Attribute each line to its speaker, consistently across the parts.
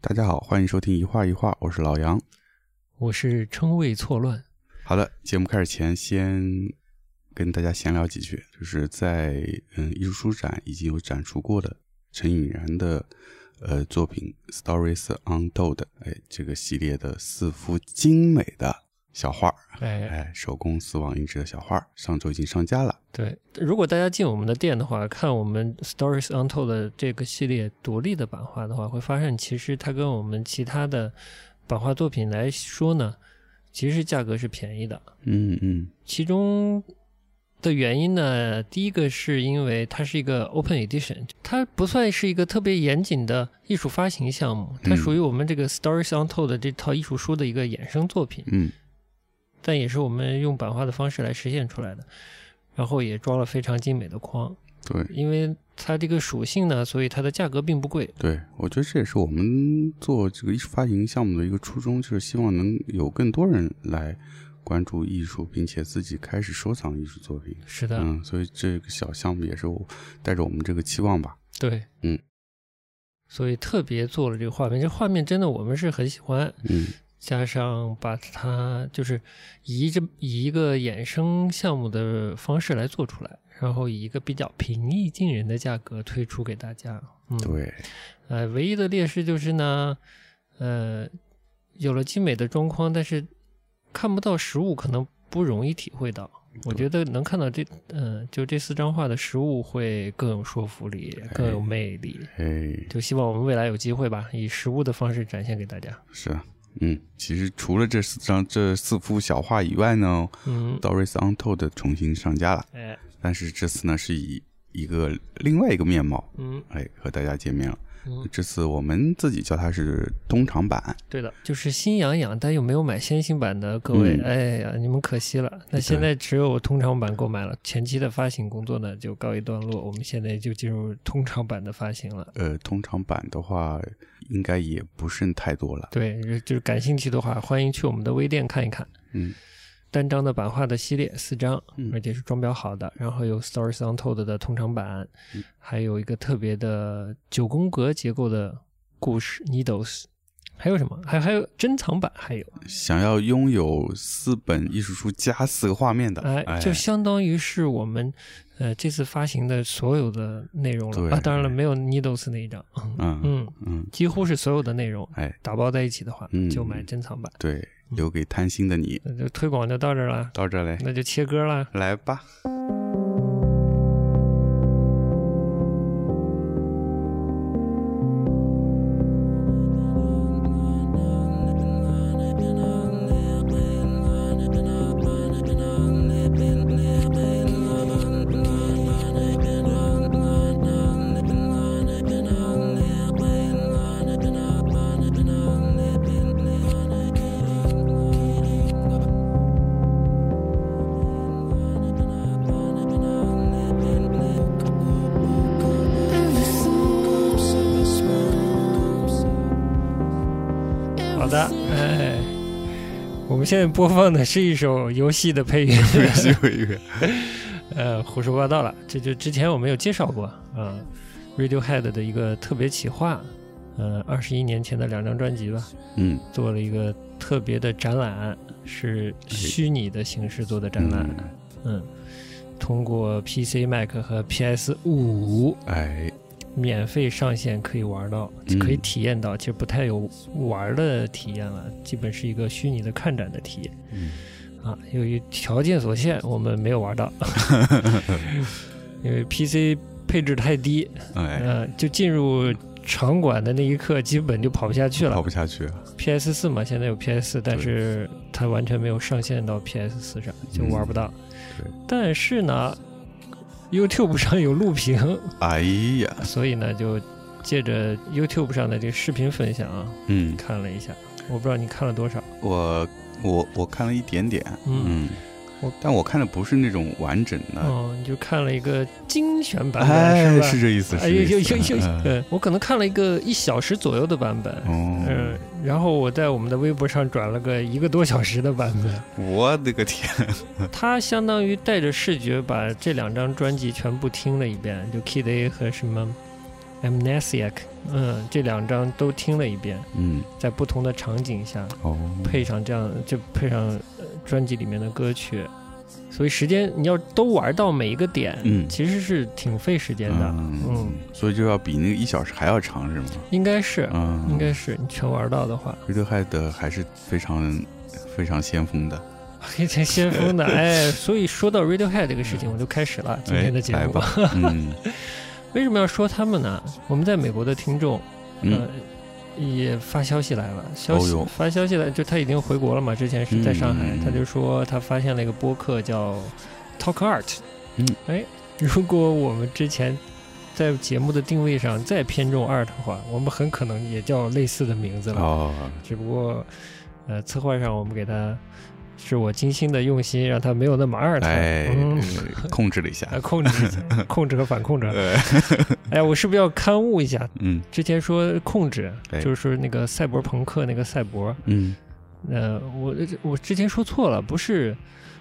Speaker 1: 大家好，欢迎收听一画一画，我是老杨。
Speaker 2: 我是称谓错乱。
Speaker 1: 好的，节目开始前先跟大家闲聊几句，就是在嗯艺术书展已经有展出过的陈颖然的呃作品《Stories Untold》，哎，这个系列的四幅精美的小画儿，
Speaker 2: 哎，
Speaker 1: 哎，手工丝网印制的小画儿，上周已经上架了。
Speaker 2: 对，如果大家进我们的店的话，看我们 Stories Untold 的这个系列独立的版画的话，会发现其实它跟我们其他的版画作品来说呢，其实价格是便宜的。
Speaker 1: 嗯嗯
Speaker 2: 其中的原因呢，第一个是因为它是一个 Open Edition，它不算是一个特别严谨的艺术发行项目，它
Speaker 1: 嗯
Speaker 2: 属于我们这个 Stories Untold 的这套艺术书的一个衍生作品。
Speaker 1: 嗯，
Speaker 2: 但也是我们用版画的方式来实现出来的。然后也装了非常精美的框，
Speaker 1: 对
Speaker 2: 因为它这个属性呢，所以它的价格并不贵。
Speaker 1: 对，我觉得这也是我们做这个艺术发行项目的一个初衷，就是希望能有更多人来关注艺术，并且自己开始收藏艺术作品。
Speaker 2: 是的，
Speaker 1: 嗯，所以这个小项目也是我带着我们这个期望吧。
Speaker 2: 对，
Speaker 1: 嗯，
Speaker 2: 所以特别做了这个画面，这画面真的我们是很喜欢，
Speaker 1: 嗯
Speaker 2: 加上把它就是以这以一个衍生项目的方式来做出来，然后以一个比较平易近人的价格推出给大家。嗯，
Speaker 1: 对，
Speaker 2: 呃，唯一的劣势就是呢，呃，有了精美的装框，但是看不到实物，可能不容易体会到。我觉得能看到这，呃，就这四张画的实物会更有说服力，更有魅力。
Speaker 1: 哎，
Speaker 2: 就希望我们未来有机会吧，以实物的方式展现给大家。
Speaker 1: 是啊，嗯，其实除了这四张这四幅小画以外呢，
Speaker 2: 嗯
Speaker 1: 《d，o r i s Untold》重新上架了，
Speaker 2: 哎，
Speaker 1: 但是这次呢是以一个另外一个面貌，
Speaker 2: 嗯
Speaker 1: 哎，和大家见面了。
Speaker 2: 嗯，
Speaker 1: 这次我们自己叫它是东厂版，
Speaker 2: 对的，就是心痒痒，但又没有买先行版的各位，
Speaker 1: 嗯
Speaker 2: 哎呀，你们可惜了。那现在只有通常版购买了，前期的发行工作呢就告一段落，我们现在就进入通常版的发行了。
Speaker 1: 呃，通常版的话应该也不剩太多了。
Speaker 2: 对，就就是感兴趣的话，欢迎去我们的微店看一看。
Speaker 1: 嗯，
Speaker 2: 单张的版画的系列四张
Speaker 1: 嗯，
Speaker 2: 而且是装裱好的，然后有 Stories Untold 的通常版，
Speaker 1: 嗯
Speaker 2: 还有一个特别的九宫格结构的故事 Needles，还有什么？还还有珍藏版，还有
Speaker 1: 想要拥有四本艺术书加四个画面的，哎，
Speaker 2: 哎，就相当于是我们呃这次发行的所有的内容
Speaker 1: 对
Speaker 2: 了啊，当然了，
Speaker 1: 对
Speaker 2: 没有 Needles 那一张，
Speaker 1: 嗯
Speaker 2: 嗯，
Speaker 1: 嗯，
Speaker 2: 几乎是所有的内容
Speaker 1: 哎，
Speaker 2: 打包在一起的话
Speaker 1: 嗯，
Speaker 2: 就买珍藏版。
Speaker 1: 对，留给贪心的你。
Speaker 2: 那就推广就嗯到这儿了，
Speaker 1: 到这儿嘞，
Speaker 2: 那就切歌了。
Speaker 1: 来 吧。
Speaker 2: 好的，哎，我们现在播放的是一首游戏的 配乐，
Speaker 1: 西回乐，
Speaker 2: 呃，胡说八道了，这就之前我们有介绍过啊、Radiohead 的一个特别企划，呃，二十一年前的两张专辑吧，
Speaker 1: 嗯，
Speaker 2: 做了一个特别的展览，是虚拟的形式做的展览，
Speaker 1: 哎嗯，
Speaker 2: 嗯。通过 PC、Mac 和 PS 五
Speaker 1: 哎，
Speaker 2: 免费上线可以玩到，
Speaker 1: 嗯
Speaker 2: 可以体验到，其实不太有玩的体验了，基本是一个虚拟的看展的体验。
Speaker 1: 嗯
Speaker 2: 啊，由于条件所限，我们没有玩 到，因为 PC 配置太低，
Speaker 1: 哎，
Speaker 2: 呃，就进入场馆的那一刻，基本就跑不下去
Speaker 1: 跑
Speaker 2: 了。
Speaker 1: 不下去啊，
Speaker 2: PS 四嘛，现在有 PS 四，但
Speaker 1: 对
Speaker 2: 是它完全没有上线到 PS 四上，就玩不到。
Speaker 1: 嗯对
Speaker 2: 但是呢，YouTube 上有录屏，
Speaker 1: 哎呀，
Speaker 2: 所以呢，就借着 YouTube 上的这个视频分享啊，
Speaker 1: 嗯，
Speaker 2: 看了一下。我不知道你看了多少，
Speaker 1: 我我我看了一点点，
Speaker 2: 嗯
Speaker 1: 嗯
Speaker 2: 我，
Speaker 1: 但我看的不是那种完整的，
Speaker 2: 哦，你就看了一个精选版本，
Speaker 1: 嗯哎，
Speaker 2: 吧？
Speaker 1: 是这意思，
Speaker 2: 哎
Speaker 1: 是
Speaker 2: 呦
Speaker 1: 这
Speaker 2: 呦
Speaker 1: 意
Speaker 2: 呦
Speaker 1: 思
Speaker 2: 呦！
Speaker 1: 嗯
Speaker 2: 呃，我可能看了一个一小时左右的版本，嗯
Speaker 1: 哦，，
Speaker 2: 然后我在我们的微博上转了个一个多小时的版本，
Speaker 1: 我的个天，
Speaker 2: 它相当于带着视觉把这两张专辑全部听了一遍，就 Kid A 和什么 Amnesiac，嗯，这两张都听了一遍，
Speaker 1: 嗯，
Speaker 2: 在不同的场景下
Speaker 1: 哦，
Speaker 2: 配上这样，就配上呃专辑里面的歌曲，所以时间你要都玩到每一个点，
Speaker 1: 嗯啊
Speaker 2: 其实是挺费时间的，嗯，
Speaker 1: 所以就要比那个一小时还要长是吗？
Speaker 2: 应该是，
Speaker 1: 嗯，
Speaker 2: 应该是你全玩到的话，
Speaker 1: Radiohead 还是非常非常先锋的。
Speaker 2: 黑田先 锋的，哎，所以说到 Radiohead 这个事情，我就开始了今天的节
Speaker 1: 哎来
Speaker 2: 目
Speaker 1: 吧。嗯
Speaker 2: 为什么要说他们呢？我们在美国的听众，呃
Speaker 1: 嗯，
Speaker 2: 也发消息来了，消
Speaker 1: 哦
Speaker 2: 息
Speaker 1: 哟
Speaker 2: 发消息来，就他已经回国了嘛，之前是在上海
Speaker 1: 嗯嗯，嗯
Speaker 2: 他就说他发现了一个播客叫 Talk Art，
Speaker 1: 嗯，
Speaker 2: 哎，如果我们之前。在节目的定位上再偏重 art 的话，我们很可能也叫类似的名字了。
Speaker 1: 哦，
Speaker 2: 只不过，呃，策划上我们给他，是我精心的用心，让他没有那么二他，
Speaker 1: 哎
Speaker 2: 嗯，，
Speaker 1: 控制了一下。
Speaker 2: 来控 制一下控制和反控制。
Speaker 1: 呃，
Speaker 2: 哎，我是不是要刊物一下？
Speaker 1: 嗯
Speaker 2: 之前说控制，
Speaker 1: 哎
Speaker 2: 就是说那个赛博朋克那个赛博，
Speaker 1: 嗯
Speaker 2: 呃，我我之前说错了，不是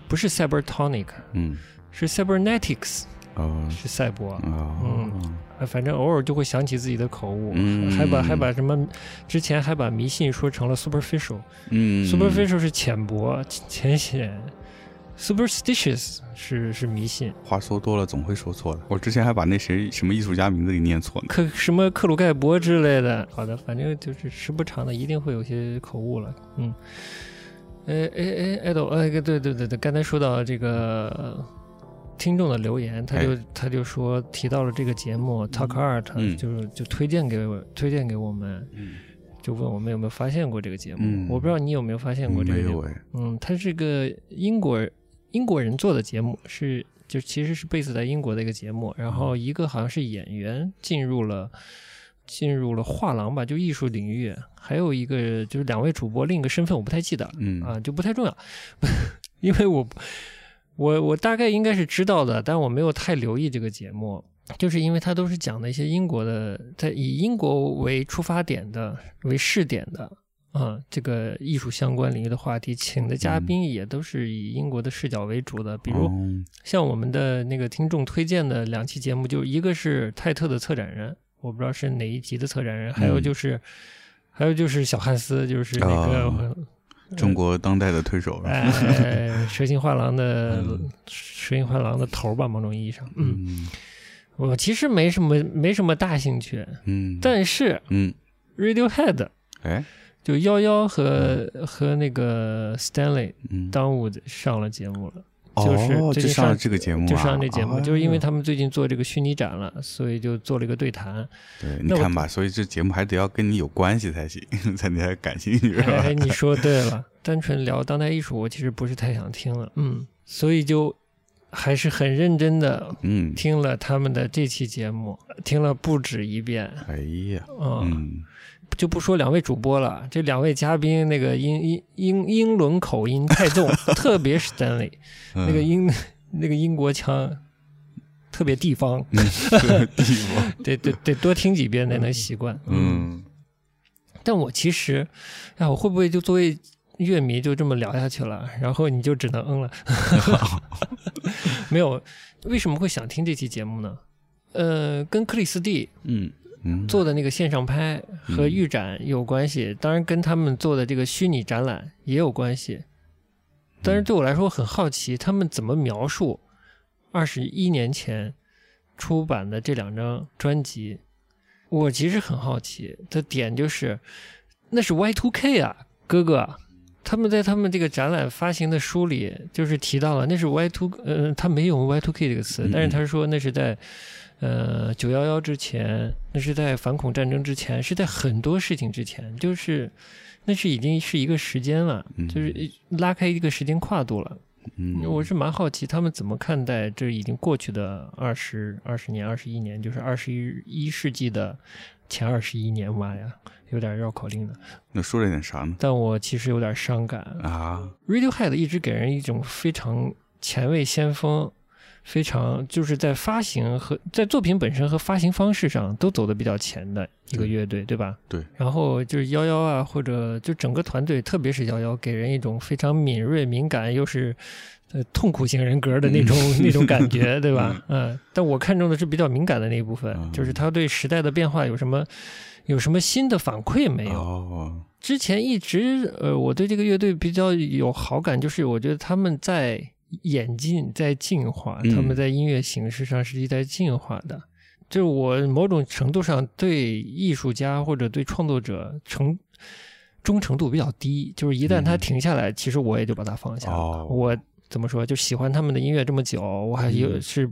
Speaker 2: 不是 cybertonic，
Speaker 1: 嗯，
Speaker 2: 是 cybernetics，
Speaker 1: 哦
Speaker 2: 是赛博。
Speaker 1: 哦，
Speaker 2: 哎反正偶尔就会想起自己的口误，
Speaker 1: 嗯
Speaker 2: 还把还把什么，之前还把迷信说成了 superficial，
Speaker 1: 嗯
Speaker 2: superficial 是浅薄、浅浅显，superstitious 是是迷信。
Speaker 1: 话说多了总会说错的。我之前还把那谁什么艺术家名字给念错呢。
Speaker 2: 克什么克鲁盖博之类的，好的，反正就是时不常的，一定会有些口误了。嗯，哎哎哎，艾豆，哎，对对对对，刚才说到这个呃听众的留言，他就、他就说提到了这个节目 Talk Art，、
Speaker 1: 哎嗯
Speaker 2: 就是就推荐给我推荐给我们，
Speaker 1: 嗯
Speaker 2: 就问我们有没有发现过这个节目。
Speaker 1: 嗯
Speaker 2: 我不知道你有没有发现过这个
Speaker 1: 没
Speaker 2: 节目
Speaker 1: 有。哎，
Speaker 2: 嗯，它是个英国英国人做的节目，是就其实是 base 在英国的一个节目，然后一个好像是演员进入了进入了画廊吧，就艺术领域，还有一个就是两位主播，另一个身份我不太记得
Speaker 1: 嗯
Speaker 2: 啊，就不太重要， 因为我我我大概应该是知道的，但我没有太留意这个节目。就是因为它都是讲的一些英国的，在以英国为出发点的、为试点的，啊、这个艺术相关领域的话题，请的嘉宾也都是以英国的视角为主的。比如
Speaker 1: 嗯哦
Speaker 2: 像我们的那个听众推荐的两期节目，就一个是泰特的策展人，我不知道是哪一集的策展人，还
Speaker 1: 嗯
Speaker 2: 有就是，还有就是小汉斯，就是那个、
Speaker 1: 啊中国当代的推手了。
Speaker 2: 哎，蛇形画廊的
Speaker 1: 嗯
Speaker 2: 蛇形画廊的头儿吧，某种意义上，嗯，
Speaker 1: 嗯
Speaker 2: 我其实没什么没什么大兴趣，
Speaker 1: 嗯，
Speaker 2: 但是
Speaker 1: 嗯
Speaker 2: Radiohead
Speaker 1: 哎
Speaker 2: 就幺幺和、和那个 Stanley
Speaker 1: 嗯，
Speaker 2: 当伍上了节目了，就是
Speaker 1: 哦，
Speaker 2: 这
Speaker 1: 就
Speaker 2: 就
Speaker 1: 上了
Speaker 2: 上
Speaker 1: 这个节目啊，
Speaker 2: 就上这节目，
Speaker 1: 哎
Speaker 2: 就是因为
Speaker 1: 呦
Speaker 2: 他们最近做这个虚拟展了，所以就做了一个 对谈。
Speaker 1: 对，你
Speaker 2: 那我
Speaker 1: 看吧，所以这节目还得要跟你有关系才行， 才你才感兴趣，是吧？
Speaker 2: 哎，你说对了，单纯聊当代艺术，我其实不是太想听了，嗯，所以就还是很认真的
Speaker 1: 嗯，
Speaker 2: 听了他们的这期节目，听了不止一遍，
Speaker 1: 哎呀，
Speaker 2: 哦
Speaker 1: 嗯，
Speaker 2: 就不说两位主播了，这两位嘉宾那个英英英英伦口音太 重，特别是 Stanley
Speaker 1: 那
Speaker 2: 那个英那个英国腔特别地方，
Speaker 1: 嗯地方，
Speaker 2: 得得得多听几遍才能习惯。，
Speaker 1: 嗯，
Speaker 2: 但我其实，哎，我会不会就作为乐迷就这么聊下去了？然后你就只能 嗯了。没有，为什么会想听这期节目呢？呃，跟克里斯蒂
Speaker 1: 嗯嗯，
Speaker 2: 做的那个线上拍和预展有关系，当然跟他们做的这个虚拟展览也有关系。但是对我来说，我很好奇他们怎么描述二十一年前出版的这两张专辑。我其实很好奇的点就是，那是 Y Two K 啊，哥哥，他们在他们这个展览发行的书里就是提到了，那是 Y Two，呃，他没用 Y Two K 这个词
Speaker 1: 嗯嗯，
Speaker 2: 但是他说那是在呃九幺幺之前，那是在反恐战争之前，是在很多事情之前，就是那是已经是一个时间了
Speaker 1: 嗯，
Speaker 2: 就是拉开一个时间跨度了。
Speaker 1: 嗯，
Speaker 2: 我是蛮好奇他们怎么看待这已经过去的二十二十年、二十一年，就是二十一世纪的前二十一年。妈呀，有点绕口令了。
Speaker 1: 那说了点啥呢？
Speaker 2: 但我其实有点伤感。
Speaker 1: 啊，
Speaker 2: Radiohead 一直给人一种非常前卫先锋，非常就是在发行和在作品本身和发行方式上都走的比较前的一个乐队，对吧？
Speaker 1: 对。
Speaker 2: 然后就是幺幺啊，或者就整个团队，特别是幺幺，给人一种非常敏锐、敏感，又是呃痛苦型人格的那 种、那种感觉，对吧？嗯。但我看中的是比较敏感的那一部分
Speaker 1: 啊，
Speaker 2: 就是他对时代的变化有什么有什么新的反馈没有？
Speaker 1: 哦，
Speaker 2: 之前一直呃，我对这个乐队比较有好感，就是我觉得他们在演进，在进化，
Speaker 1: 嗯
Speaker 2: 他们在音乐形式上是一直在进化的。就是我某种程度上对艺术家或者对创作者成忠诚度比较低，就是一旦他
Speaker 1: 嗯
Speaker 2: 停下来，其实我也就把它放下了。
Speaker 1: 哦
Speaker 2: 我怎么说，就喜欢他们的音乐这么久，我还有
Speaker 1: 嗯
Speaker 2: 是。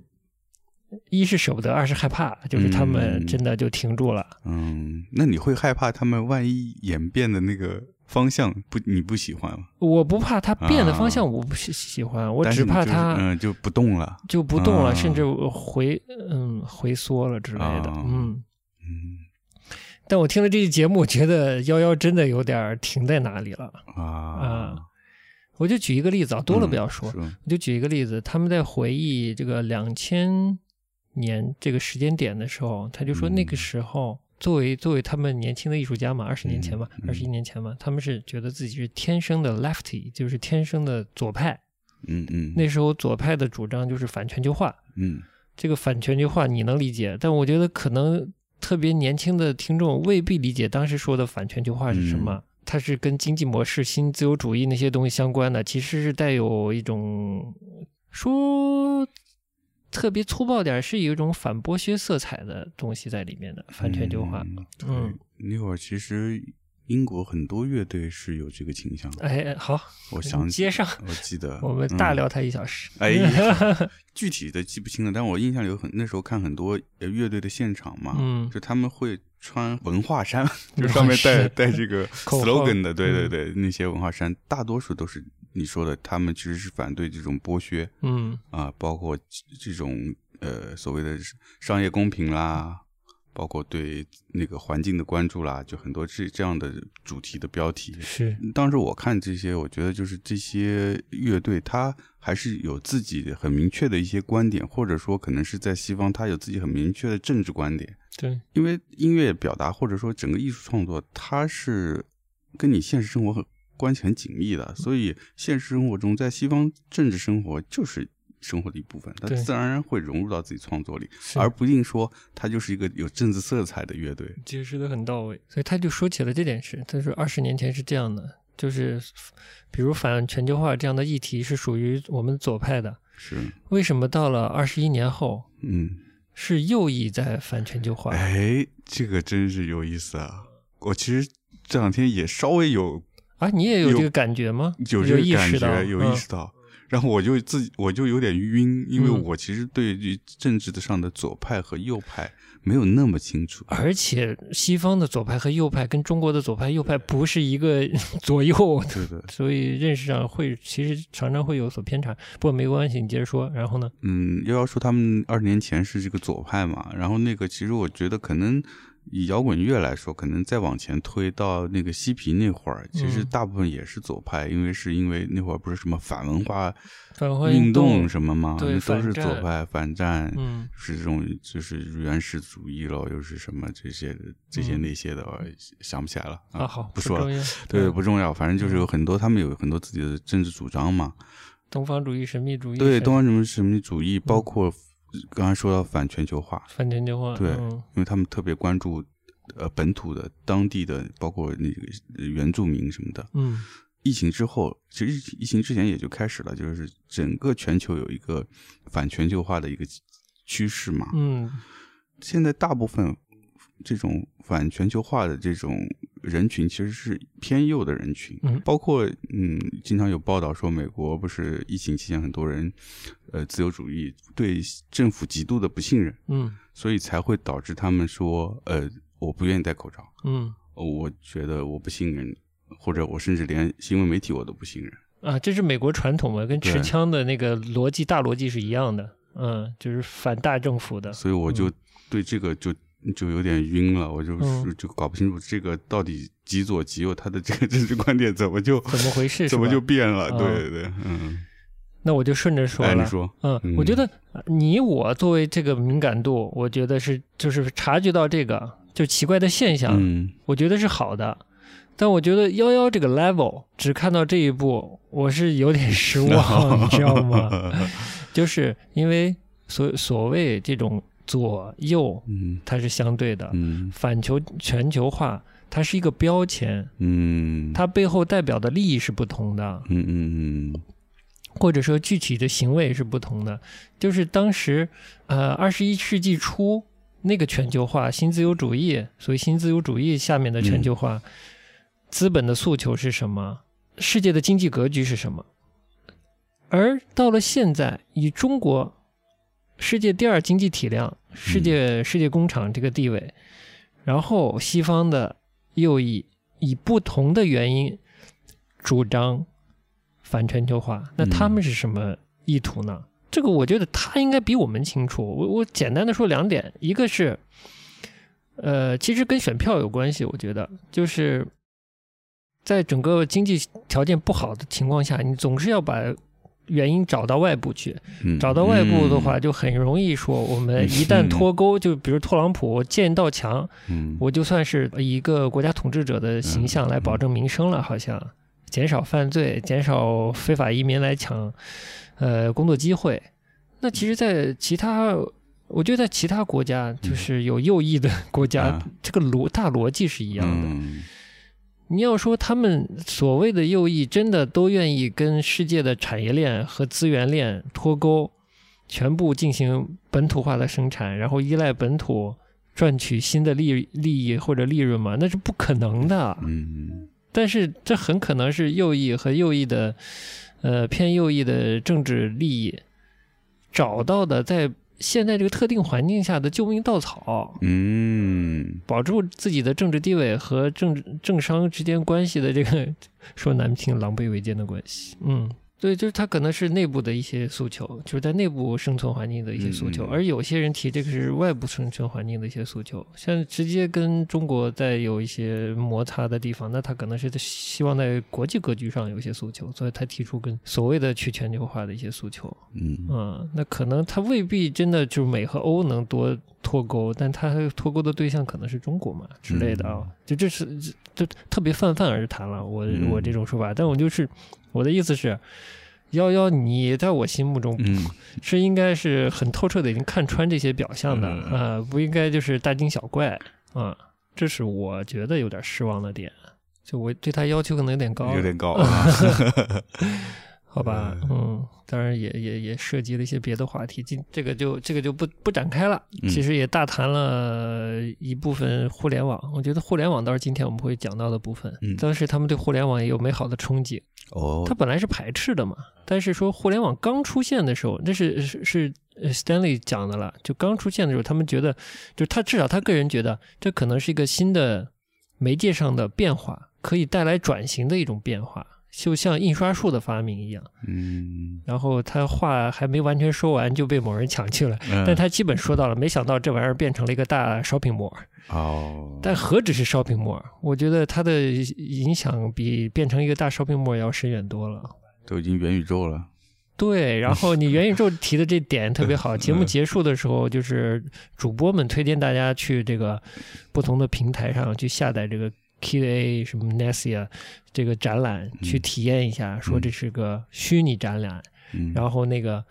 Speaker 2: 一是舍不得，二是害怕，就是他们
Speaker 1: 嗯
Speaker 2: 真的就停住了。
Speaker 1: 嗯，那你会害怕他们万一演变的那个方向不你不喜欢吗？
Speaker 2: 我不怕它变的方
Speaker 1: 啊
Speaker 2: 向，我不喜喜欢，我
Speaker 1: 但
Speaker 2: 只
Speaker 1: 是你
Speaker 2: 怕
Speaker 1: 就是
Speaker 2: 它
Speaker 1: 嗯就不动了。
Speaker 2: 就不动了，
Speaker 1: 啊
Speaker 2: 甚至回嗯回缩了之类的
Speaker 1: 啊。
Speaker 2: 嗯，
Speaker 1: 嗯
Speaker 2: 但我听了这期节目，我觉得幺幺真的有点儿停在哪里了。
Speaker 1: 啊，
Speaker 2: 我就举一个例子啊，嗯多了
Speaker 1: 嗯
Speaker 2: 不要说，
Speaker 1: 是吗
Speaker 2: 我就举一个例子，他们在回忆这个两千年这个时间点的时候，他就说
Speaker 1: 嗯
Speaker 2: 那个时候。作为作为他们年轻的艺术家嘛，二十年前吧，
Speaker 1: 嗯嗯
Speaker 2: 二十一年前吧，他们是觉得自己是天生的 lefty，就是天生的左派。
Speaker 1: 嗯嗯，
Speaker 2: 那时候左派的主张就是反全球化，
Speaker 1: 嗯
Speaker 2: 这个反全球化你能理解，但我觉得可能特别年轻的听众未必理解当时说的反全球化是什
Speaker 1: 嗯
Speaker 2: 么。它是跟经济模式、新自由主义那些东西相关的，其实是带有一种说特别粗暴点儿，是有一种反剥削色彩的东西在里面的反全球化。
Speaker 1: 嗯对
Speaker 2: 嗯，
Speaker 1: 那会儿其实英国很多乐队是有这个倾向的，
Speaker 2: 哎，好，
Speaker 1: 我想起
Speaker 2: 接上，
Speaker 1: 我记得
Speaker 2: 我们大
Speaker 1: 嗯
Speaker 2: 聊它一小时。
Speaker 1: 哎呀具体的记不清了，但我印象里有很那时候看很多呃乐队的现场嘛，
Speaker 2: 嗯
Speaker 1: 就他们会穿文化衫，就
Speaker 2: 文化
Speaker 1: 上面带
Speaker 2: 衫
Speaker 1: 带这个
Speaker 2: 口嗯号
Speaker 1: slogan 的，对对对，那些文化衫，大多数都是你说的，他们其实是反对这种剥削
Speaker 2: 嗯，
Speaker 1: 啊、包括这这种呃所谓的商业公平啦。包括对那个环境的关注啦，就很多这这样的主题的标题，
Speaker 2: 是，
Speaker 1: 当时我看这些，我觉得就是这些乐队，它还是有自己很明确的一些观点，或者说可能是在西方，它有自己很明确的政治观点。
Speaker 2: 对，
Speaker 1: 因为音乐表达或者说整个艺术创作，它是跟你现实生活很关系很紧密的，所以现实生活中，在西方政治生活就是生活的一部分，它
Speaker 2: 对
Speaker 1: 自然而然会融入到自己创作里，
Speaker 2: 是
Speaker 1: 而不一定说它就是一个有政治色彩的乐队。
Speaker 2: 解释的很到位，所以他就说起了这件事。他说二十年前是这样的，就是比如反全球化这样的议题是属于我们左派的，
Speaker 1: 是，
Speaker 2: 为什么到了二十一年后
Speaker 1: 嗯。
Speaker 2: 是右翼在反全球化？
Speaker 1: 哎，这个真是有意思啊！我其实这两天也稍微有
Speaker 2: 啊，你也有
Speaker 1: 有
Speaker 2: 这个感觉吗？
Speaker 1: 有
Speaker 2: 你
Speaker 1: 这个
Speaker 2: 就意
Speaker 1: 感
Speaker 2: 识到，
Speaker 1: 觉，有意识到，然后我就自己我就有点晕，因为
Speaker 2: 嗯
Speaker 1: 我其实对于政治的上的左派和右派没有那么清楚。啊
Speaker 2: 嗯。而且西方的左派和右派跟中国的左派右派不是一个 左右的，
Speaker 1: 对的，
Speaker 2: 所以认识上会其实常常会有所偏差。不过没关系，你接着说。然后呢？
Speaker 1: 嗯，幺幺说他们二十年前是这个左派嘛，然后那个其实我觉得可能以摇滚乐来说，可能再往前推到那个嬉皮那会儿，其实
Speaker 2: 嗯
Speaker 1: 大部分也是左派，因为是因为那会儿不是什么反文化
Speaker 2: 反华
Speaker 1: 运
Speaker 2: 动
Speaker 1: 动，什么吗？
Speaker 2: 对
Speaker 1: 那都是
Speaker 2: 反战
Speaker 1: 左派反战，
Speaker 2: 嗯，
Speaker 1: 是这种就是原始主义咯，又是什么这些这些
Speaker 2: 嗯
Speaker 1: 那些的，我想不起来了
Speaker 2: 啊好，
Speaker 1: 不说
Speaker 2: 重
Speaker 1: 了。
Speaker 2: 要
Speaker 1: 对，
Speaker 2: 嗯
Speaker 1: 不重要，反正就是有很多，他们有很多自己的政治主张嘛。
Speaker 2: 东方主义、神秘主义，
Speaker 1: 对，
Speaker 2: 神
Speaker 1: 东方什么什么主义，包括刚才说到反全球化，
Speaker 2: 反全球化，
Speaker 1: 对
Speaker 2: 嗯嗯
Speaker 1: 因为他们特别关注呃本土的、当地的，包括那个呃原住民什么的。
Speaker 2: 嗯
Speaker 1: 疫情之后，其实疫疫情之前也就开始了，就是整个全球有一个反全球化的一个趋势嘛。
Speaker 2: 嗯，
Speaker 1: 现在大部分这种反全球化的这种人群，其实是偏右的人群，
Speaker 2: 嗯
Speaker 1: 包括嗯，经常有报道说，美国不是疫情期间很多人，呃，自由主义对政府极度的不信任，
Speaker 2: 嗯
Speaker 1: 所以才会导致他们说，呃，我不愿意戴口罩，
Speaker 2: 嗯
Speaker 1: 呃我觉得我不信任你，或者我甚至连新闻媒体我都不信任。
Speaker 2: 啊，这是美国传统嘛，跟
Speaker 1: 对
Speaker 2: 持枪的那个逻辑大逻辑是一样的，嗯，就是反大政府的，
Speaker 1: 所以我就对这个就就有点晕了，我就
Speaker 2: 嗯
Speaker 1: 就搞不清楚这个到底极左 极右，他的这个政治观点怎么就
Speaker 2: 怎么回事？
Speaker 1: 怎么就是
Speaker 2: 吧
Speaker 1: 变了？
Speaker 2: 啊
Speaker 1: 对对对，嗯
Speaker 2: 那我就顺着说
Speaker 1: 哎，
Speaker 2: 了。
Speaker 1: 你说，
Speaker 2: 嗯，
Speaker 1: 嗯
Speaker 2: 我觉得你我作为这个敏感度，我觉得是就是察觉到这个就奇怪的现象，
Speaker 1: 嗯
Speaker 2: 我觉得是好的。但我觉得幺幺这个 level 只看到这一步，我是有点 失 望，你知道吗？就是因为所所谓这种左右，
Speaker 1: 嗯
Speaker 2: 它是相对的，
Speaker 1: 嗯
Speaker 2: 反求全球化，它是一个标签，
Speaker 1: 嗯，
Speaker 2: 它背后代表的利益是不同的，
Speaker 1: 嗯嗯嗯
Speaker 2: 或者说具体的行为是不同的。就是当时，呃，二十一世纪初那个全球化、新自由主义，所谓新自由主义下面的全球化，资本的诉求是什么？世界的经济格局是什么？而到了现在，以中国世界第二经济体量、世界世界工厂这个地位，然后西方的右翼以不同的原因主张反全球化，那他
Speaker 1: 嗯
Speaker 2: 们是什么意图呢？这个我觉得他应该比我们清楚。我我简单的说两点，一个是，呃，其实跟选票有关系，我觉得就是在整个经济条件不好的情况下，你总是要把原因找到外部去。
Speaker 1: 嗯，
Speaker 2: 找到外部的
Speaker 1: 嗯
Speaker 2: 话，，就很容易说我们一旦脱钩，就比如特朗普建一道墙，
Speaker 1: 嗯，
Speaker 2: 我就算是一个国家统治者的形象来保证民生
Speaker 1: 嗯
Speaker 2: 了，好像减少犯罪、减少非法移民来抢，呃，工作机会。那其实，在其他，我觉得在其他国家，就是有右翼的国家
Speaker 1: 啊，
Speaker 2: 这个逻大逻辑是一
Speaker 1: 一
Speaker 2: 样的。
Speaker 1: 嗯
Speaker 2: 你要说他们所谓的右翼真的都愿意跟世界的产业链和资源链脱钩，全部进行本土化的生产，然后依赖本土赚取新的利利益或者利润吗？那是不可能的。
Speaker 1: 嗯
Speaker 2: 但是这很可能是右翼和右翼的，呃，偏右翼的政治利益找到的，在现在这个特定环境下的救命稻草。
Speaker 1: 嗯
Speaker 2: 保住自己的政治地位和政治政商之间关系的这个 说难听狼狈为奸的关系，嗯，对，就是他可能是内部的一些诉求，就是在内部生存环境的一些诉求，
Speaker 1: 嗯嗯
Speaker 2: 而有些人提这个是外部生存环境的一些诉求，像直接跟中国在有一些摩擦的地方，那他可能是希望在国际格局上有一些诉求，所以他提出跟所谓的去全球化的一些诉求，
Speaker 1: 嗯
Speaker 2: 嗯，那可能它未必真的就是美和欧能多脱钩，但它脱钩的对象可能是中国嘛之类的啊、
Speaker 1: 嗯
Speaker 2: 就这是这这特别泛泛而谈了，我、
Speaker 1: 嗯
Speaker 2: 我这种说法，但我就是我的意思是，幺幺你在我心目中
Speaker 1: 嗯
Speaker 2: 是应该是很透彻的，已经看穿这些表象的啊、
Speaker 1: 嗯
Speaker 2: 不应该就是大惊小怪啊、这是我觉得有点失望的点，就我对他要求可能有点高，
Speaker 1: 嗯有点高啊，
Speaker 2: 好吧，嗯，当然也也也涉及了一些别的话题，今这个就这个就不不展开了。
Speaker 1: 嗯
Speaker 2: 其实也大谈了一部分互联网，我觉得互联网倒是今天我们会讲到的部分。
Speaker 1: 嗯
Speaker 2: 当时他们对互联网也有美好的憧憬，
Speaker 1: 哦
Speaker 2: 它，本来是排斥的嘛，但是说互联网刚出现的时候，那是是是呃 Stanley 讲的了，就刚出现的时候，他们觉得，就他至少他个人觉得，这可能是一个新的媒介上的变化，可以带来转型的一种变化，就像印刷术的发明一样。
Speaker 1: 嗯，
Speaker 2: 然后他话还没完全说完就被某人抢去了，
Speaker 1: 嗯
Speaker 2: 但他基本说到了，没想到这玩意儿变成了一个大 shopping mall，
Speaker 1: 哦，
Speaker 2: 但何止是 shopping mall，我觉得它的影响比变成一个大 shopping mall 要深远多了。
Speaker 1: 都已经元宇宙了，
Speaker 2: 对，然后你元宇宙提的这点特别好。节目结束的时候，就是主播们推荐大家去这个不同的平台上去下载这个 QA 什么 Nesia 这个展览，去体验一下，说这是个虚拟展览。
Speaker 1: 嗯，
Speaker 2: 然后那个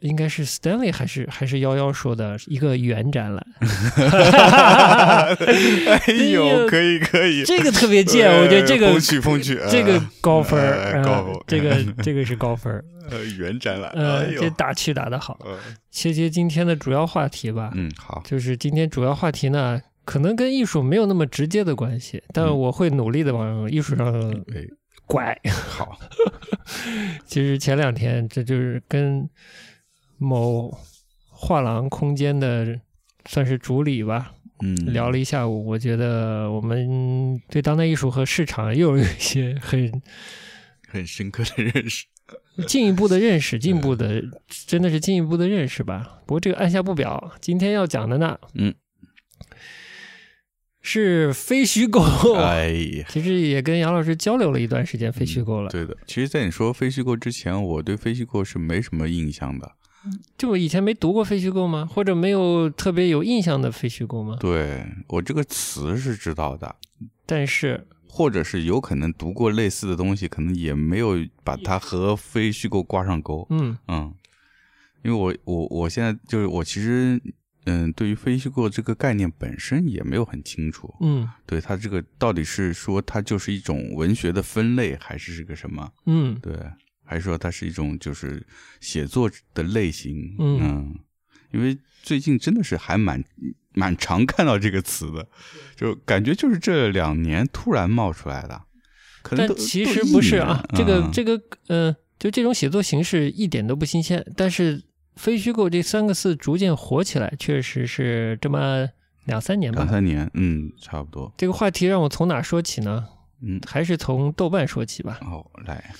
Speaker 2: 应该是 Stanley 还是还是幺幺说的一个圆展览，
Speaker 1: 哎
Speaker 2: 哎
Speaker 1: 呦，
Speaker 2: 呀
Speaker 1: 可以可以，
Speaker 2: 这个特别贱，我觉得这个
Speaker 1: 风趣风趣，呃
Speaker 2: 这个高分儿，
Speaker 1: 呃
Speaker 2: 啊
Speaker 1: 高分儿
Speaker 2: 这个这个是高分儿，
Speaker 1: 呃原展览， 哎
Speaker 2: 呃，
Speaker 1: 呦
Speaker 2: 这，打趣打 得好。
Speaker 1: 呃
Speaker 2: 切接今天的主要话题吧，
Speaker 1: 嗯好，
Speaker 2: 就是今天主要话题呢。可能跟艺术没有那么直接的关系，但
Speaker 1: 嗯
Speaker 2: 我会努力的往艺术上
Speaker 1: 哎
Speaker 2: 拐。
Speaker 1: 好，
Speaker 2: 其实前两天这就是跟某画廊空间的算是主理吧，
Speaker 1: 嗯
Speaker 2: 聊了一下午，我觉得我们对当代艺术和市场又有一些 很
Speaker 1: 很深刻的认识，
Speaker 2: 进一步的认识，进一步的
Speaker 1: 嗯
Speaker 2: 真的是进一步的认识吧。不过这个按下不表，今天要讲的呢，
Speaker 1: 嗯，
Speaker 2: 是非虚构。
Speaker 1: 哎呀，
Speaker 2: 其实也跟杨老师交流了一段时间非虚构了，
Speaker 1: 嗯对的。其实，在你说非虚构之前，我对非虚构是没什么印象的。
Speaker 2: 就我以前没读过非虚构吗？或者没有特别有印象的非虚构吗？
Speaker 1: 对我这个词是知道的，
Speaker 2: 但是
Speaker 1: 或者是有可能读过类似的东西，可能也没有把它和非虚构挂上钩。
Speaker 2: 嗯，
Speaker 1: 嗯，因为我我我现在就是我其实嗯，对于非虚构这个概念本身也没有很清楚。
Speaker 2: 嗯
Speaker 1: 对它这个到底是说它就是一种文学的分类，还是是个什么？
Speaker 2: 嗯，
Speaker 1: 对，还是说它是一种就是写作的类型？
Speaker 2: 嗯
Speaker 1: 因为最近真的是还蛮蛮常看到这个词的，就感觉就是这两年突然冒出来的。可能
Speaker 2: 但
Speaker 1: 都
Speaker 2: 其
Speaker 1: 都
Speaker 2: 实
Speaker 1: 一
Speaker 2: 不是
Speaker 1: 年
Speaker 2: 啊，这个
Speaker 1: 嗯
Speaker 2: 这个呃，就这种写作形式一点都不新鲜，但是非虚构这三个字逐渐火起来，确实是这么两三年
Speaker 1: 两
Speaker 2: 吧。
Speaker 1: 三年，嗯，差不多，
Speaker 2: 这个话题让我从哪说起呢？
Speaker 1: 嗯，
Speaker 2: 还是从豆瓣说起吧。
Speaker 1: 哦，来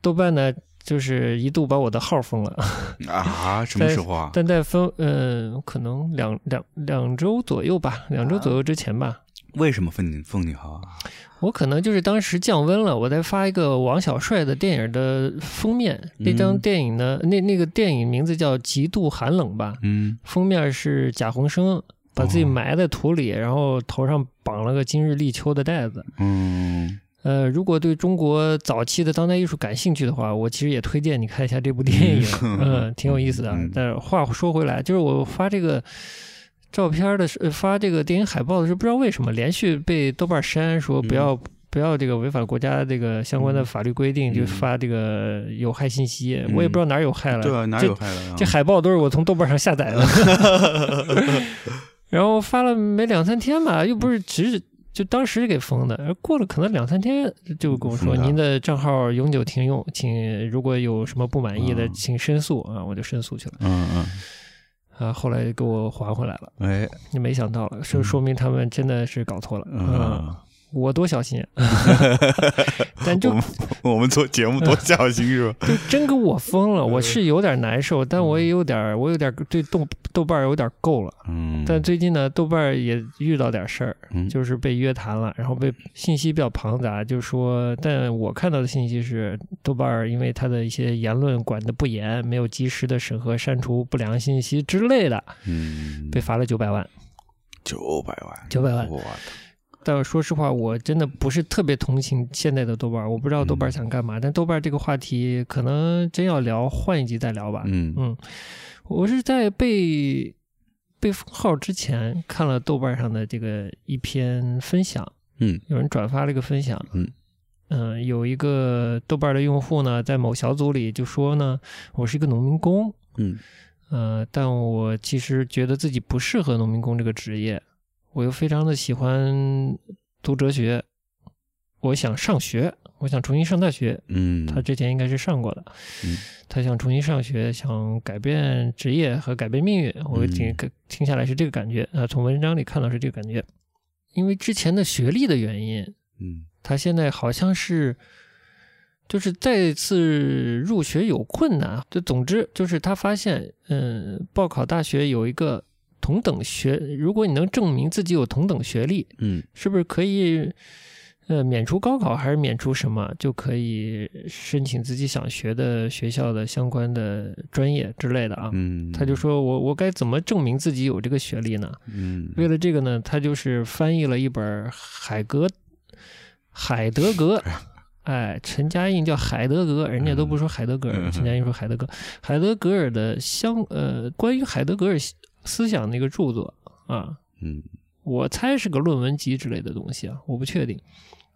Speaker 2: 豆瓣呢，就是一度把我的号封了，
Speaker 1: 啊，什么
Speaker 2: 在
Speaker 1: 时候啊？
Speaker 2: 但在封呃，可能两两两周左右吧，两周左右之前吧，
Speaker 1: 为什么凤你凤你好啊？
Speaker 2: 我可能就是当时降温了，我在发一个王小帅的电影的封面，那张
Speaker 1: 嗯
Speaker 2: 电影呢，那那个电影名字叫《极度寒冷》吧，
Speaker 1: 嗯，
Speaker 2: 封面是贾宏声把自己
Speaker 1: 哦
Speaker 2: 埋在土里，然后头上绑了个今日立秋的袋子。
Speaker 1: 嗯，
Speaker 2: 呃，如果对中国早期的当代艺术感兴趣的话，我其实也推荐你看一下这部电影，
Speaker 1: 嗯
Speaker 2: 嗯，挺有意思的
Speaker 1: 嗯。
Speaker 2: 但是话说回来，就是我发这个照片的时，呃发这个电影海报的时候，不知道为什么连续被豆瓣删，说不要、不要这个违反国家这个相关的法律规定，
Speaker 1: 嗯
Speaker 2: 就发这个有害信息。我也不知道哪儿有害了，
Speaker 1: 对啊，哪
Speaker 2: 这
Speaker 1: 有害了啊？
Speaker 2: 这海报都是我从豆瓣上下载的， 然后发了没两三天吧，又不是
Speaker 1: 嗯
Speaker 2: 只就当时给封的，而过了可能两三天就跟我说
Speaker 1: 封的
Speaker 2: 您的账号永久停用，请如果有什么不满意的，
Speaker 1: 嗯
Speaker 2: 请申诉啊，我就申诉去了
Speaker 1: 嗯
Speaker 2: 啊，后来给我还回来了，
Speaker 1: 嗯，哎，
Speaker 2: 你没想到了，说说明他们真的是搞错了，嗯，
Speaker 1: 嗯，
Speaker 2: 我多小心，啊 但就
Speaker 1: 我们我们做节目
Speaker 2: 嗯
Speaker 1: 多小心是吧？
Speaker 2: 就真给我封了，
Speaker 1: 呃
Speaker 2: 我是有点难受，但我也有点，我有点对豆豆瓣儿有点够了。
Speaker 1: 嗯，
Speaker 2: 但最近呢，豆瓣儿也遇到点事儿，
Speaker 1: 嗯
Speaker 2: 就是被约谈了，然后被信息比较庞杂，就说，但我看到的信息是，豆瓣儿因为它的一些言论管得不严，没有及时的审核、删除不良信息之类的，
Speaker 1: 嗯
Speaker 2: 被罚了九百万。
Speaker 1: 九百万，
Speaker 2: 900万
Speaker 1: 我的
Speaker 2: 但说实话，我真的不是特别同情现在的豆瓣儿，我不知道豆瓣儿
Speaker 1: 嗯
Speaker 2: 想干嘛，但豆瓣儿这个话题可能真要聊，换一集再聊吧。
Speaker 1: 嗯
Speaker 2: 嗯，我是在被被封号之前看了豆瓣上的这个一篇分享，
Speaker 1: 嗯
Speaker 2: 有人转发了一个分享，
Speaker 1: 嗯
Speaker 2: 嗯有一个豆瓣的用户呢，在某小组里就说呢，我是一个农民工，
Speaker 1: 嗯
Speaker 2: 呃，但我其实觉得自己不适合农民工这个职业，我又非常的喜欢读哲学，我想上学，我想重新上大学，
Speaker 1: 嗯，
Speaker 2: 他之前应该是上过的，
Speaker 1: 嗯
Speaker 2: 他想重新上学，想改变职业和改变命运。我听、
Speaker 1: 嗯
Speaker 2: 听下来是这个感觉啊、呃从文章里看到是这个感觉，因为之前的学历的原因，
Speaker 1: 嗯
Speaker 2: 他现在好像是就是再次入学有困难。就总之就是他发现，嗯，报考大学有一个同等学，如果你能证明自己有同等学历，
Speaker 1: 嗯
Speaker 2: 是不是可以呃免除高考还是免除什么，就可以申请自己想学的学校的相关的专业之类的啊？
Speaker 1: 嗯，
Speaker 2: 他就说我我该怎么证明自己有这个学历呢？
Speaker 1: 嗯，
Speaker 2: 为了这个呢，他就是翻译了一本海格海德 格。哎，陈嘉映叫海德格尔，人家都不说海德格尔，
Speaker 1: 嗯
Speaker 2: 陈嘉映说海德格尔。海德格尔的相呃，关于海德格尔思想的一个著作啊，
Speaker 1: 嗯
Speaker 2: 我猜是个论文集之类的东西啊，我不确定，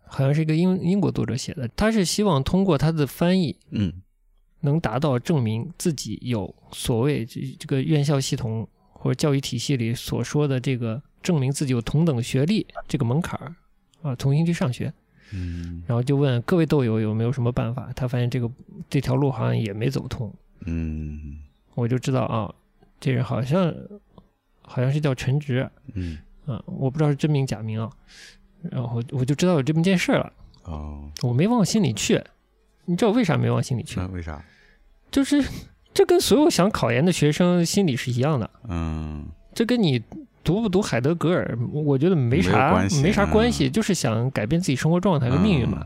Speaker 2: 好像是一个英英国作者写的。他是希望通过他的翻译，
Speaker 1: 嗯
Speaker 2: 能达到证明自己有所谓这这个院校系统或者教育体系里所说的这个证明自己有同等学历这个门槛儿啊，重新去上学。
Speaker 1: 嗯
Speaker 2: 然后就问各位豆友有没有什么办法？他发现这个这条路好像也没走通，
Speaker 1: 嗯
Speaker 2: 我就知道啊，这人好像好像是叫陈植，
Speaker 1: 嗯
Speaker 2: 啊，我不知道是真名假名啊，然后我就知道有这么件事儿了，
Speaker 1: 哦，
Speaker 2: 我没往心里去。你知道为啥没往心里去
Speaker 1: 那？为啥？
Speaker 2: 就是这跟所有想考研的学生心理是一样的，
Speaker 1: 嗯
Speaker 2: 这跟你读不读海德格尔，我觉得没
Speaker 1: 没有
Speaker 2: 啥
Speaker 1: 关系
Speaker 2: 啥关
Speaker 1: 嗯
Speaker 2: 系，就是想改变自己生活状态和命运嘛。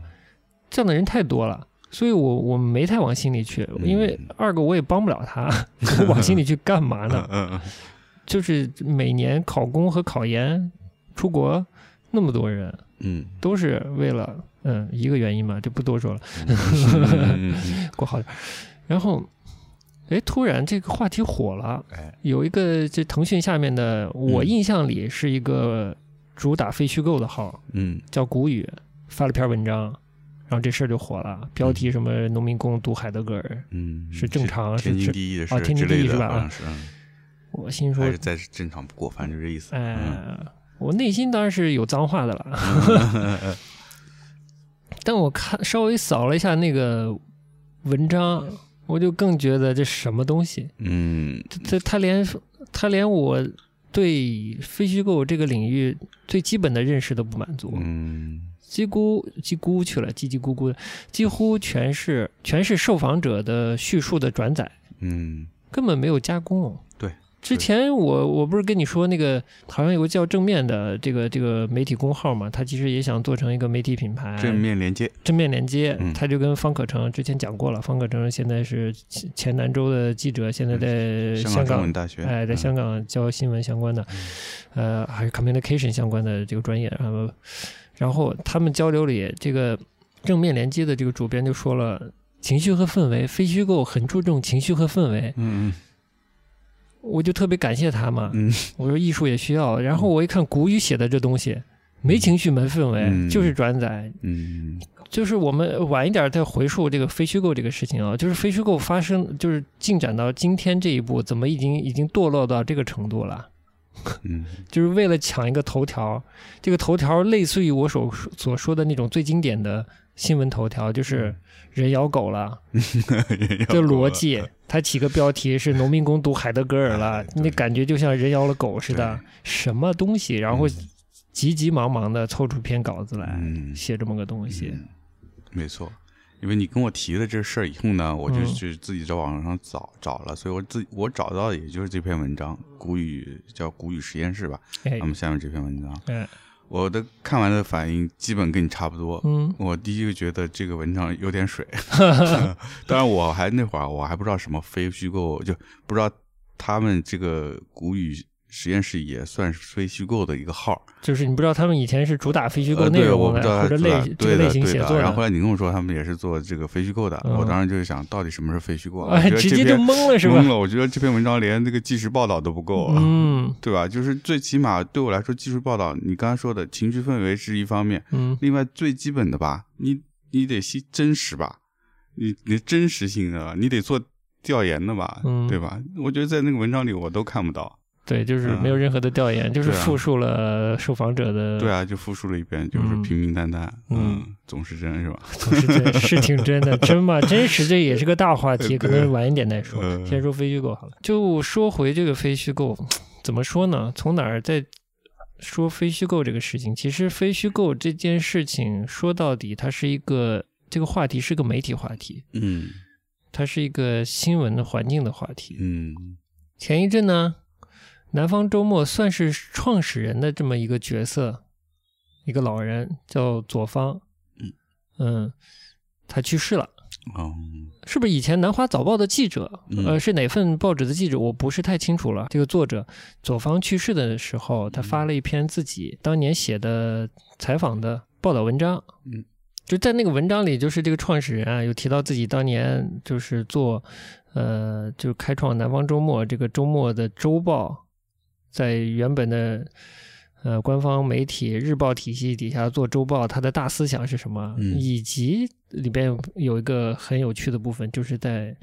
Speaker 2: 这样的人太多了，所以我我没太往心里去，因为
Speaker 1: 嗯
Speaker 2: 二个我也帮不了他， 我往心里去干嘛呢
Speaker 1: 嗯，？嗯嗯
Speaker 2: 就是每年考公和考研，出国那么多人，
Speaker 1: 嗯
Speaker 2: 都是为了嗯一个原因嘛，就不多说了，
Speaker 1: 嗯，嗯嗯
Speaker 2: 过好点儿。然后，哎，突然这个话题火了，
Speaker 1: 哎，
Speaker 2: 有一个这腾讯下面的，我
Speaker 1: 嗯
Speaker 2: 印象里是一个主打非虚构的号，
Speaker 1: 嗯
Speaker 2: 叫谷雨，发了篇文章，然后这事儿就火了，标题什么农民工读海德格尔。
Speaker 1: 嗯，
Speaker 2: 是正常
Speaker 1: 天
Speaker 2: 是
Speaker 1: 经
Speaker 2: 是
Speaker 1: 地义的
Speaker 2: 哦
Speaker 1: 事
Speaker 2: 天
Speaker 1: 之
Speaker 2: 经地
Speaker 1: 类
Speaker 2: 义
Speaker 1: 的，
Speaker 2: 是吧
Speaker 1: 好像是，嗯
Speaker 2: 我心说
Speaker 1: 还是再正常不过，反正就这意思。嗯
Speaker 2: 哎，我内心当然是有脏话的了， 但我看稍微扫了一下那个文章，我就更觉得这什么东西，
Speaker 1: 嗯
Speaker 2: 这这他连他连我对非虚构这个领域最基本的认识都不满足，
Speaker 1: 嗯
Speaker 2: 几乎几乎去了，叽叽咕咕的，几乎全是全是受访者的叙述的转载，
Speaker 1: 嗯
Speaker 2: 根本没有加工。
Speaker 1: 对，
Speaker 2: 之前我我不是跟你说那个好像有个叫正面的这个这个媒体公号嘛，他其实也想做成一个媒体品牌，
Speaker 1: 正面连接，
Speaker 2: 正面连接
Speaker 1: 嗯，
Speaker 2: 他就跟方可成之前讲过了，方可成现在是前前南州的记者，现在在
Speaker 1: 嗯香
Speaker 2: 呃香
Speaker 1: 中文
Speaker 2: 港。
Speaker 1: 大学，
Speaker 2: 哎，在
Speaker 1: 嗯
Speaker 2: 香港教新闻相关的，呃，还是 communication 相关的这个专业，然后，然后他们交流里，这个正面连接的这个主编就说了，情绪和氛围，非虚构很注重情绪和氛围，
Speaker 1: 嗯
Speaker 2: 我就特别感谢他嘛。
Speaker 1: 嗯
Speaker 2: 我说艺术也需要。然后我一看古语写的这东西，没情绪没氛围，
Speaker 1: 嗯
Speaker 2: 就是转载。
Speaker 1: 嗯
Speaker 2: 就是我们晚一点再回溯这个非虚构这个事情啊，就是非虚构发生，就是进展到今天这一步，怎么已经已经堕落到这个程度了？
Speaker 1: 嗯
Speaker 2: 就是为了抢一个头条，这个头条类似于我所所说的那种最经典的新闻头条，就是人咬 狗了。
Speaker 1: 嗯，
Speaker 2: 这逻辑，他起个标题是“农民工读海德格尔了
Speaker 1: 哎”，对
Speaker 2: 那感觉就像人咬了狗似的
Speaker 1: 对，
Speaker 2: 什么东西？然后急急忙忙的凑出篇稿子来
Speaker 1: 嗯
Speaker 2: 写这么个东西。
Speaker 1: 嗯没错。因为你跟我提了这事儿以后呢，我就
Speaker 2: 嗯
Speaker 1: 去自己在网上找找了，所以我自己我找到的也就是这篇文章，古语叫《古语实验室》吧，
Speaker 2: 哎
Speaker 1: 他，们下面这篇文章，
Speaker 2: 哎，
Speaker 1: 我的看完的反应基本跟你差不多。
Speaker 2: 嗯
Speaker 1: 我第一个觉得这个文章有点 水，当然我还那会儿我还不知道什么非虚构，就不知道他们这个古语实验室也算是非虚构的一个号。
Speaker 2: 就是你不知道他们以前是主打非虚构
Speaker 1: 呃，
Speaker 2: 内
Speaker 1: 对，
Speaker 2: 容
Speaker 1: 我不知
Speaker 2: 的，
Speaker 1: 道
Speaker 2: 或者
Speaker 1: 他主打
Speaker 2: 类这
Speaker 1: 对
Speaker 2: 个类
Speaker 1: 的
Speaker 2: 型
Speaker 1: 对
Speaker 2: 写
Speaker 1: 的。
Speaker 2: 作
Speaker 1: 然后后
Speaker 2: 的，
Speaker 1: 来你跟我说他们也是做这个非虚构的，我
Speaker 2: 嗯
Speaker 1: 当时就是想到底什么是非虚构啊？我
Speaker 2: 哎，
Speaker 1: 觉得
Speaker 2: 直
Speaker 1: 这
Speaker 2: 接就
Speaker 1: 篇
Speaker 2: 懵了是
Speaker 1: 懵
Speaker 2: 吧？
Speaker 1: 了，我觉得这篇文章连那个纪实报道都不够。啊
Speaker 2: 嗯
Speaker 1: 对吧？就是最起码对我来说，技术报道，你刚才说的情绪氛围是一方面，
Speaker 2: 嗯，
Speaker 1: 另外最基本的吧，你你得吸真实吧，你你真实性啊，你得做调研的吧，
Speaker 2: 嗯
Speaker 1: 对吧？我觉得在那个文章里我都看不到，
Speaker 2: 对，就是没有任何的调研，就是
Speaker 1: 嗯对啊
Speaker 2: 复述了受访者的，
Speaker 1: 对，啊，就复述了一遍，就是
Speaker 2: 嗯
Speaker 1: 平平淡淡，
Speaker 2: 嗯
Speaker 1: 总是真是吧？
Speaker 2: 总是真是挺真的，真嘛，真实这也是个大话题，
Speaker 1: 对
Speaker 2: 可能晚一点再说
Speaker 1: 嗯，
Speaker 2: 先说非虚构好了。就说回这个非虚构，怎么说呢？从哪儿再说非虚构这个事情？其实非虚构这件事情，说到底，它是一个这个话题是个媒体话题，
Speaker 1: 嗯
Speaker 2: 它是一个新闻环境的话题。
Speaker 1: 嗯
Speaker 2: 前一阵呢，南方周末算是创始人的这么一个角色，一个老人叫左方，
Speaker 1: 嗯
Speaker 2: 嗯，他去世了。
Speaker 1: 哦
Speaker 2: 是不是以前南华早报的记者，
Speaker 1: 嗯
Speaker 2: 呃，是哪份报纸的记者？我不是太清楚了。这个作者左方去世的时候，
Speaker 1: 嗯
Speaker 2: 他发了一篇自己当年写的采访的报道文章。
Speaker 1: 嗯，
Speaker 2: 就在那个文章里，就是这个创始人啊，有提到自己当年就是做，呃，就是开创南方周末这个周末的周报，在原本的。呃，官方媒体日报体系底下做周报，它的大思想是什么？
Speaker 1: 嗯
Speaker 2: 以及里边有有一个很有趣的部分，就是在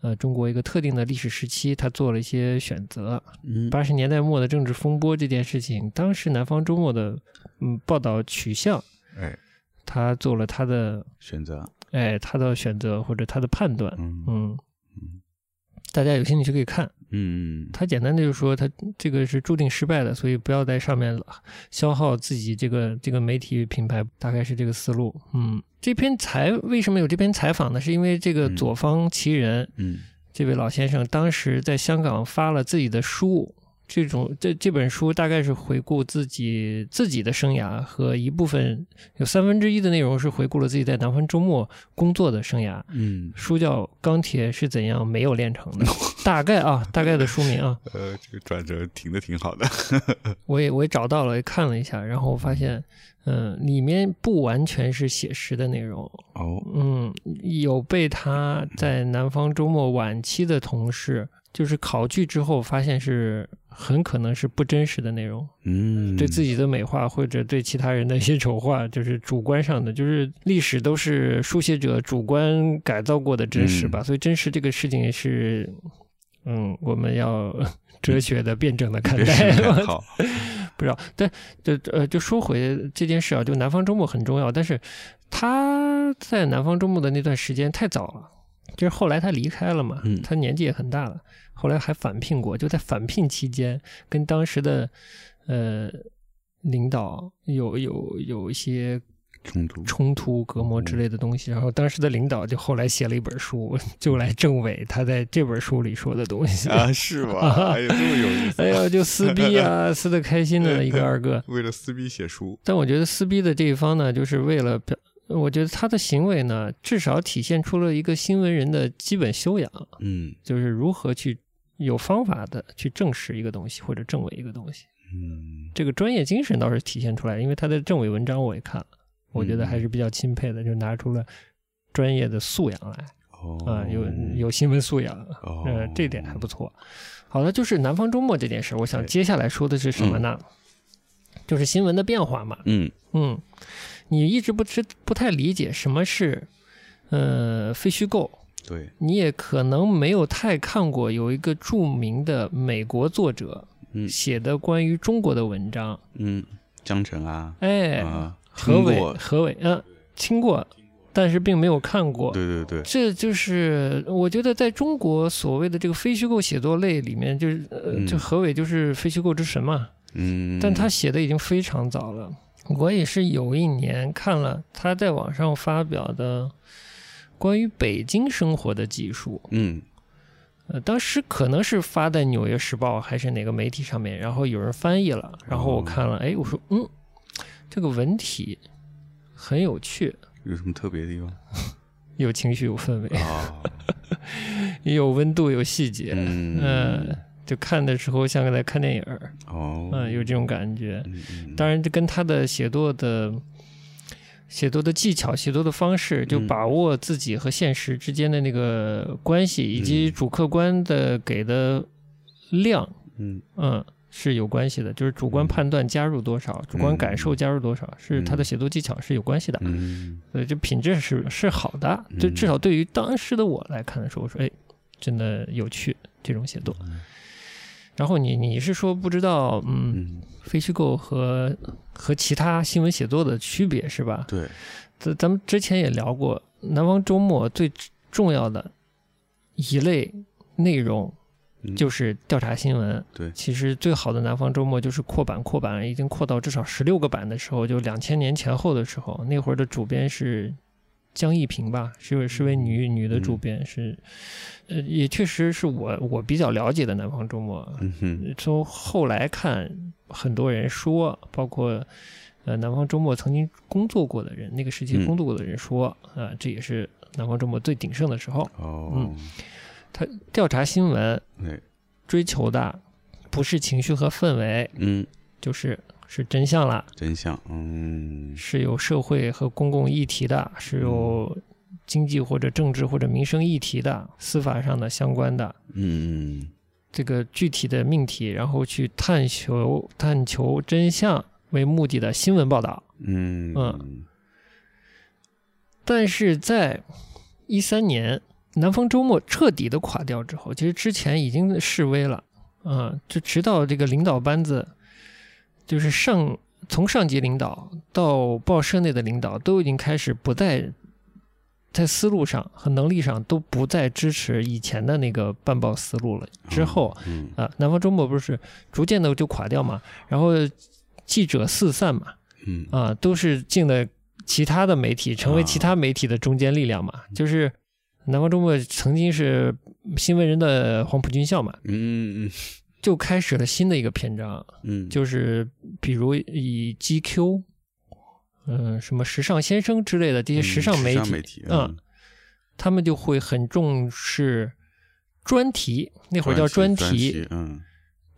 Speaker 2: 呃中国一个特定的历史时期，他做了一些选择。
Speaker 1: 嗯
Speaker 2: 八十年代末的政治风波这件事情，当时南方周末的嗯报道取向，
Speaker 1: 哎
Speaker 2: 他做了他的
Speaker 1: 选择
Speaker 2: 哎他的选择或者他的判断，
Speaker 1: 嗯
Speaker 2: 嗯
Speaker 1: 嗯，
Speaker 2: 大家有兴趣可以看。
Speaker 1: 嗯
Speaker 2: 他简单的就说他这个是注定失败的，所以不要在上面消耗自己这个这个媒体品牌，大概是这个思路。嗯，这篇采为什么有这篇采访呢？是因为这个
Speaker 1: 嗯
Speaker 2: 左方奇人、
Speaker 1: 嗯
Speaker 2: 这位老先生当时在香港发了自己的书，这种这这本书大概是回顾自己自己的生涯和一部分有三分之一的内容是回顾了自己在南方周末工作的生涯。
Speaker 1: 嗯，
Speaker 2: 书叫《钢铁是怎样没有炼成的》，大概啊，大概的书名啊，
Speaker 1: 呃，这个转折停的挺好的。
Speaker 2: 我也我也找到了，也看了一下，然后我发现，嗯，里面不完全是写实的内容，
Speaker 1: 哦，
Speaker 2: 嗯，有被他在南方周末晚期的同事，就是考据之后发现是很可能是不真实的内容，
Speaker 1: 嗯，
Speaker 2: 对自
Speaker 1: 己，
Speaker 2: 己的美化或者对其他人的一些丑化，就是主观上的，就是历史都是书写者主观改造过的真实吧，
Speaker 1: 嗯
Speaker 2: 所以真实这个事情是，嗯，我们要 哲学的辩证的看
Speaker 1: 真
Speaker 2: 待
Speaker 1: 是
Speaker 2: 吧。
Speaker 1: 好，
Speaker 2: 不知道，但就呃，就说回这件事啊，就南方周末很重要，但是他在南方周末的那段时间太早了，就是后来他离开了嘛，
Speaker 1: 嗯
Speaker 2: 他年纪也很大了，后来还返聘过，就在返聘期间跟当时的呃领导有有有一些
Speaker 1: 冲突，
Speaker 2: 冲突、隔膜之类的东西，然后当时的领导就后来写了一本书，就来证伪他在这本书里说的东西。
Speaker 1: 啊，是吗？哎呀，这么有意思！
Speaker 2: 哎呀，就撕逼 啊，撕的开心的一个二个，
Speaker 1: 为了撕逼写书，
Speaker 2: 但我觉得撕逼的这一方呢，就是为了表，我觉得他的行为呢，至少体现出了一个新闻人的基本修养，
Speaker 1: 嗯
Speaker 2: 就是如何去有方法的去证实一个东西或者证伪一个东西。
Speaker 1: 嗯，
Speaker 2: 这个专业精神倒是体现出来，因为他的政委文章我也看了，我觉得
Speaker 1: 嗯
Speaker 2: 还是比较钦佩的，就拿出了专业的素养来
Speaker 1: 哦
Speaker 2: 啊，有有新闻素养，
Speaker 1: 哦
Speaker 2: 呃，这点还不错。好的，就是南方周末这件事，我想
Speaker 1: 对
Speaker 2: 接下来说的是什么呢？就是新闻的变化嘛，
Speaker 1: 嗯
Speaker 2: 嗯，你一直不知不太理解什么是呃非虚构，
Speaker 1: 对，
Speaker 2: 你也可能没有太看过有一个著名的美国作者
Speaker 1: 嗯
Speaker 2: 写的关于中国的文章，
Speaker 1: 嗯，江城啊，
Speaker 2: 哎，
Speaker 1: 啊，
Speaker 2: 何
Speaker 1: 听
Speaker 2: 伟
Speaker 1: 过
Speaker 2: 何伟，嗯，听过，但是并没有看过。
Speaker 1: 对对对，
Speaker 2: 这就是我觉得在中国所谓的这个非虚构写作类里面，就是呃，
Speaker 1: 嗯
Speaker 2: 就何伟就是非虚构之神嘛，
Speaker 1: 嗯，
Speaker 2: 但他写的已经非常早了。我也是有一年看了他在网上发表的关于北京生活的技术，
Speaker 1: 嗯
Speaker 2: 呃，当时可能是发在《纽约时报》还是哪个媒体上面，然后有人翻译了，然后我
Speaker 1: 哦
Speaker 2: 看了，哎，我说，嗯，这个文体很有趣，
Speaker 1: 有什么特别的地 方
Speaker 2: 有情绪，有氛 围，
Speaker 1: 啊？
Speaker 2: 也有温度，有细节，
Speaker 1: 嗯
Speaker 2: 呃就看的时候像在看电影儿，
Speaker 1: 哦，
Speaker 2: 嗯、有这种感觉。
Speaker 1: 嗯，嗯
Speaker 2: 当然，这跟他的写作的写作的技巧、写作的方式，就
Speaker 1: 嗯
Speaker 2: 把握自己和现实之间的那个关系，以及
Speaker 1: 嗯
Speaker 2: 主客观的给的量，
Speaker 1: 嗯
Speaker 2: 嗯，是有关系的。就是主观
Speaker 1: 嗯
Speaker 2: 判断加入多少，主观感受
Speaker 1: 嗯
Speaker 2: 加入多少，是他的
Speaker 1: 嗯
Speaker 2: 写作技巧是有关系的。
Speaker 1: 嗯
Speaker 2: 所以这品质是是好的，就
Speaker 1: 嗯
Speaker 2: 至少对于当时的我来看的时候，我说，哎，真的有趣这种写作。然后你你是说不知道，嗯
Speaker 1: 嗯，
Speaker 2: 非虚构和和其他新闻写作的区别是吧？
Speaker 1: 对，
Speaker 2: 咱咱们之前也聊过，南方周末最重要的一类内容
Speaker 1: 嗯
Speaker 2: 就是调查新闻。
Speaker 1: 对
Speaker 2: 其实最好的南方周末就是扩版，扩版已经扩到至少十六个版的时候，就两千年前后的时候，那会儿的主编是江一平吧，是是位女女的主编，是呃也确实是我我比较了解的南方周末，
Speaker 1: 嗯哼，
Speaker 2: 从后来看，很多人说，包括呃南方周末曾经工作过的人，那个时期
Speaker 1: 嗯
Speaker 2: 工作过的人说，啊、这也是南方周末最鼎盛的时候。嗯
Speaker 1: 哦，
Speaker 2: 调查新闻
Speaker 1: 对，
Speaker 2: 追求的不是情绪和氛围，
Speaker 1: 嗯，
Speaker 2: 就是是真相啦，
Speaker 1: 真相，嗯
Speaker 2: 是有社会和公共议题的，是有经济或者政治或者民生议题的，司法上的相关的。
Speaker 1: 嗯嗯
Speaker 2: 这个具体的命题，然后去探求探求真相为目的的新闻报道。
Speaker 1: 嗯
Speaker 2: 嗯但是在一三年南方周末彻底的垮掉之后，其实之前已经示威了，啊、就直到这个领导班子，就是上从上级领导到报社内的领导，都已经开始不再在思路上和能力上都不再支持以前的那个办报思路了。之后，
Speaker 1: 嗯
Speaker 2: 啊、南方周末不是逐渐的就垮掉嘛，然后记者四散嘛，
Speaker 1: 嗯
Speaker 2: 啊、都是进了其他的媒体，成为其他媒体的中坚力量嘛。就是南方周末曾经是新闻人的黄埔军校嘛，
Speaker 1: 嗯嗯
Speaker 2: 就开始了新的一个篇章，
Speaker 1: 嗯，
Speaker 2: 就是比如以 GQ，嗯、什么时尚先生之类的这些
Speaker 1: 嗯
Speaker 2: 时尚媒体，
Speaker 1: 媒体，
Speaker 2: 嗯，他们就会很重视专题，那会儿叫
Speaker 1: 专
Speaker 2: 专
Speaker 1: 题
Speaker 2: 题，
Speaker 1: 专嗯，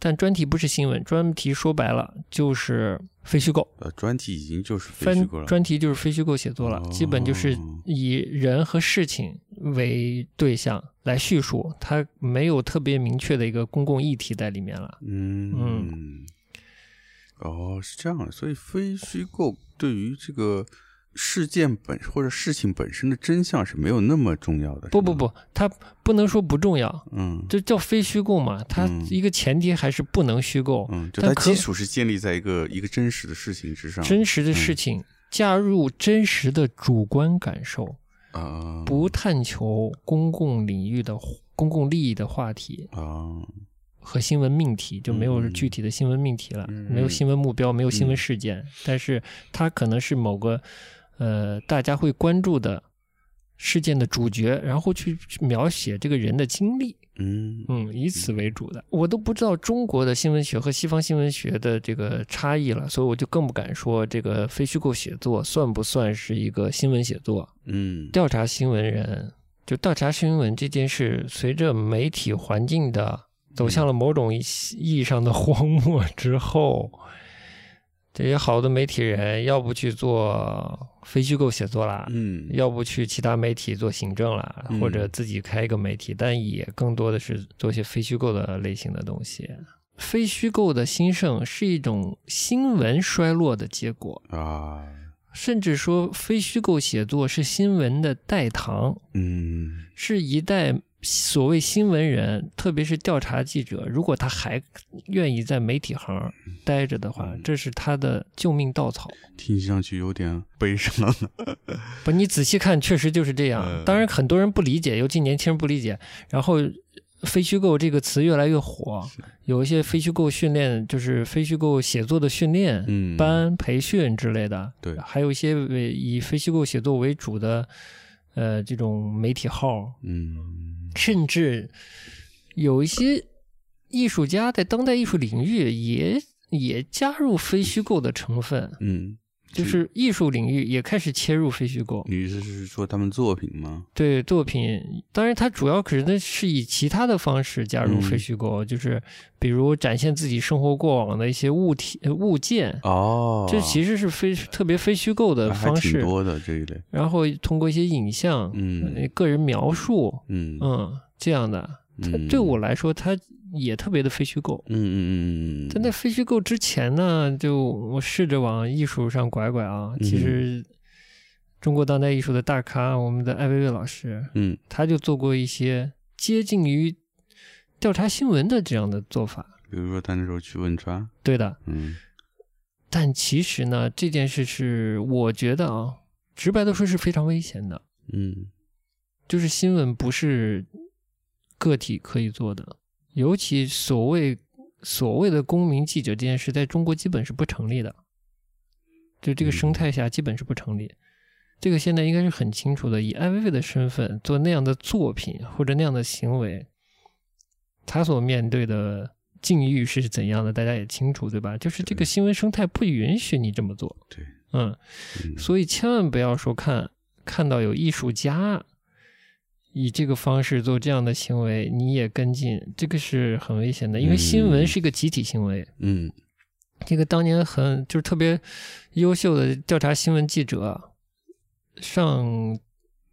Speaker 2: 但专题不是新闻，专题说白了就是非虚构。
Speaker 1: 呃，专题已经就是非虚
Speaker 2: 翻
Speaker 1: 构了，
Speaker 2: 专题就是非虚构写作了，基本就是
Speaker 1: 哦
Speaker 2: 以人和事情为对象来叙述，它没有特别明确的一个公共议题在里面了。
Speaker 1: 嗯，哦，是这样的，所以非虚构对于这个事件本或者事情本身的真相是没有那么重要的。
Speaker 2: 不
Speaker 1: 是
Speaker 2: 不
Speaker 1: 吗，
Speaker 2: 不，它不能说不重要，
Speaker 1: 嗯
Speaker 2: 这叫非虚构嘛。它
Speaker 1: 嗯
Speaker 2: 一个前提还是不能虚构，
Speaker 1: 嗯，就它
Speaker 2: 但可
Speaker 1: 基础是建立在一个一个真实的事情之上，嗯
Speaker 2: 真实的事情加入真实的主观感受，
Speaker 1: 啊
Speaker 2: 不探求公共领域的公共利益的话题
Speaker 1: 啊，
Speaker 2: 和新闻命题，就没有
Speaker 1: 嗯
Speaker 2: 具体的新闻命题了，
Speaker 1: 嗯
Speaker 2: 没有新闻目标，没有新闻事件，但是它可能是某个呃大家会关注的事件的主角，然后去去描写这个人的经历，
Speaker 1: 嗯
Speaker 2: 嗯，以此为主的。我都不知道中国的新闻学和西方新闻学的这个差异了，所以我就更不敢说这个非虚构写作算不算是一个新闻写作。
Speaker 1: 嗯
Speaker 2: 调查新闻人，就调查新闻这件事，随着媒体环境的走向了某种意义上的荒漠之后， 这些好的媒体人要不去做非虚构写作啦，
Speaker 1: 嗯，
Speaker 2: 要不去其他媒体做行政啦，
Speaker 1: 嗯
Speaker 2: 或者自己开一个媒体，但也更多的是做一些非虚构的类型的东西。非虚构的兴盛是一种新闻衰落的结果，
Speaker 1: 啊，
Speaker 2: 甚至说非虚构写作是新闻的代糖，
Speaker 1: 嗯
Speaker 2: 是一代所谓新闻人，特别是调查记者，如果他还愿意在媒体行待着的话
Speaker 1: 嗯，
Speaker 2: 这是他的救命稻草。
Speaker 1: 听上去有点悲伤了。
Speaker 2: 不，你仔细看，确实就是这样。
Speaker 1: 嗯
Speaker 2: 当然，很多人不理解，尤其年轻人不理解。然后，非虚构这个词越来越火，有一些非虚构训练，就是非虚构写作的训练、
Speaker 1: 嗯，
Speaker 2: 班、培训之类的。
Speaker 1: 对
Speaker 2: 还有一些呃以非虚构写作为主的，呃，这种媒体号，
Speaker 1: 嗯
Speaker 2: 甚至有一些艺术家在当代艺术领域也也加入非虚构的成分，
Speaker 1: 嗯，
Speaker 2: 就是艺术领域也开始切入非虚构。
Speaker 1: 你是是说他们作品吗？
Speaker 2: 对作品，当然它主要可能是以其他的方式加入非虚构，
Speaker 1: 嗯
Speaker 2: 就是比如展现自己生活过往的一些物体、呃物件，
Speaker 1: 哦，
Speaker 2: 这其实是非特别非虚构的
Speaker 1: 还
Speaker 2: 方
Speaker 1: 挺
Speaker 2: 式。
Speaker 1: 多的这一类。
Speaker 2: 然后通过一些影像、呃
Speaker 1: 嗯
Speaker 2: 个人描述，
Speaker 1: 嗯
Speaker 2: 嗯，这样的，它
Speaker 1: 嗯，
Speaker 2: 对我来说，它也特别的非虚构。
Speaker 1: 嗯嗯嗯嗯，
Speaker 2: 在那非虚构之前呢，就我试着往艺术上拐拐啊，
Speaker 1: 嗯
Speaker 2: 其实中国当代艺术的大咖，我们的艾薇薇老师，
Speaker 1: 嗯
Speaker 2: 他就做过一些接近于调查新闻的这样的做法。，
Speaker 1: 比如说他那时候去汶川，
Speaker 2: 对的，
Speaker 1: 嗯
Speaker 2: 但其实呢，这件事是我觉得啊，直白的说是非常危险的，
Speaker 1: 嗯
Speaker 2: 就是新闻不是个体可以做的，尤其所谓所谓的公民记者这件事，在中国基本是不成立的，就这个生态下基本是不成立。这个现在应该是很清楚的，以艾薇薇的身份做那样的作品或者那样的行为，他所面对的境遇是怎样的，大家也清楚，对吧？就是这个新闻生态不允许你这么做。
Speaker 1: 对，
Speaker 2: 嗯，
Speaker 1: 嗯
Speaker 2: 所以千万不要说看看到有艺术家以这个方式做这样的行为，你也跟进，这个是很危险的，因为新闻是一个集体行为。
Speaker 1: 嗯
Speaker 2: 这个当年很就是特别优秀的调查新闻记者，上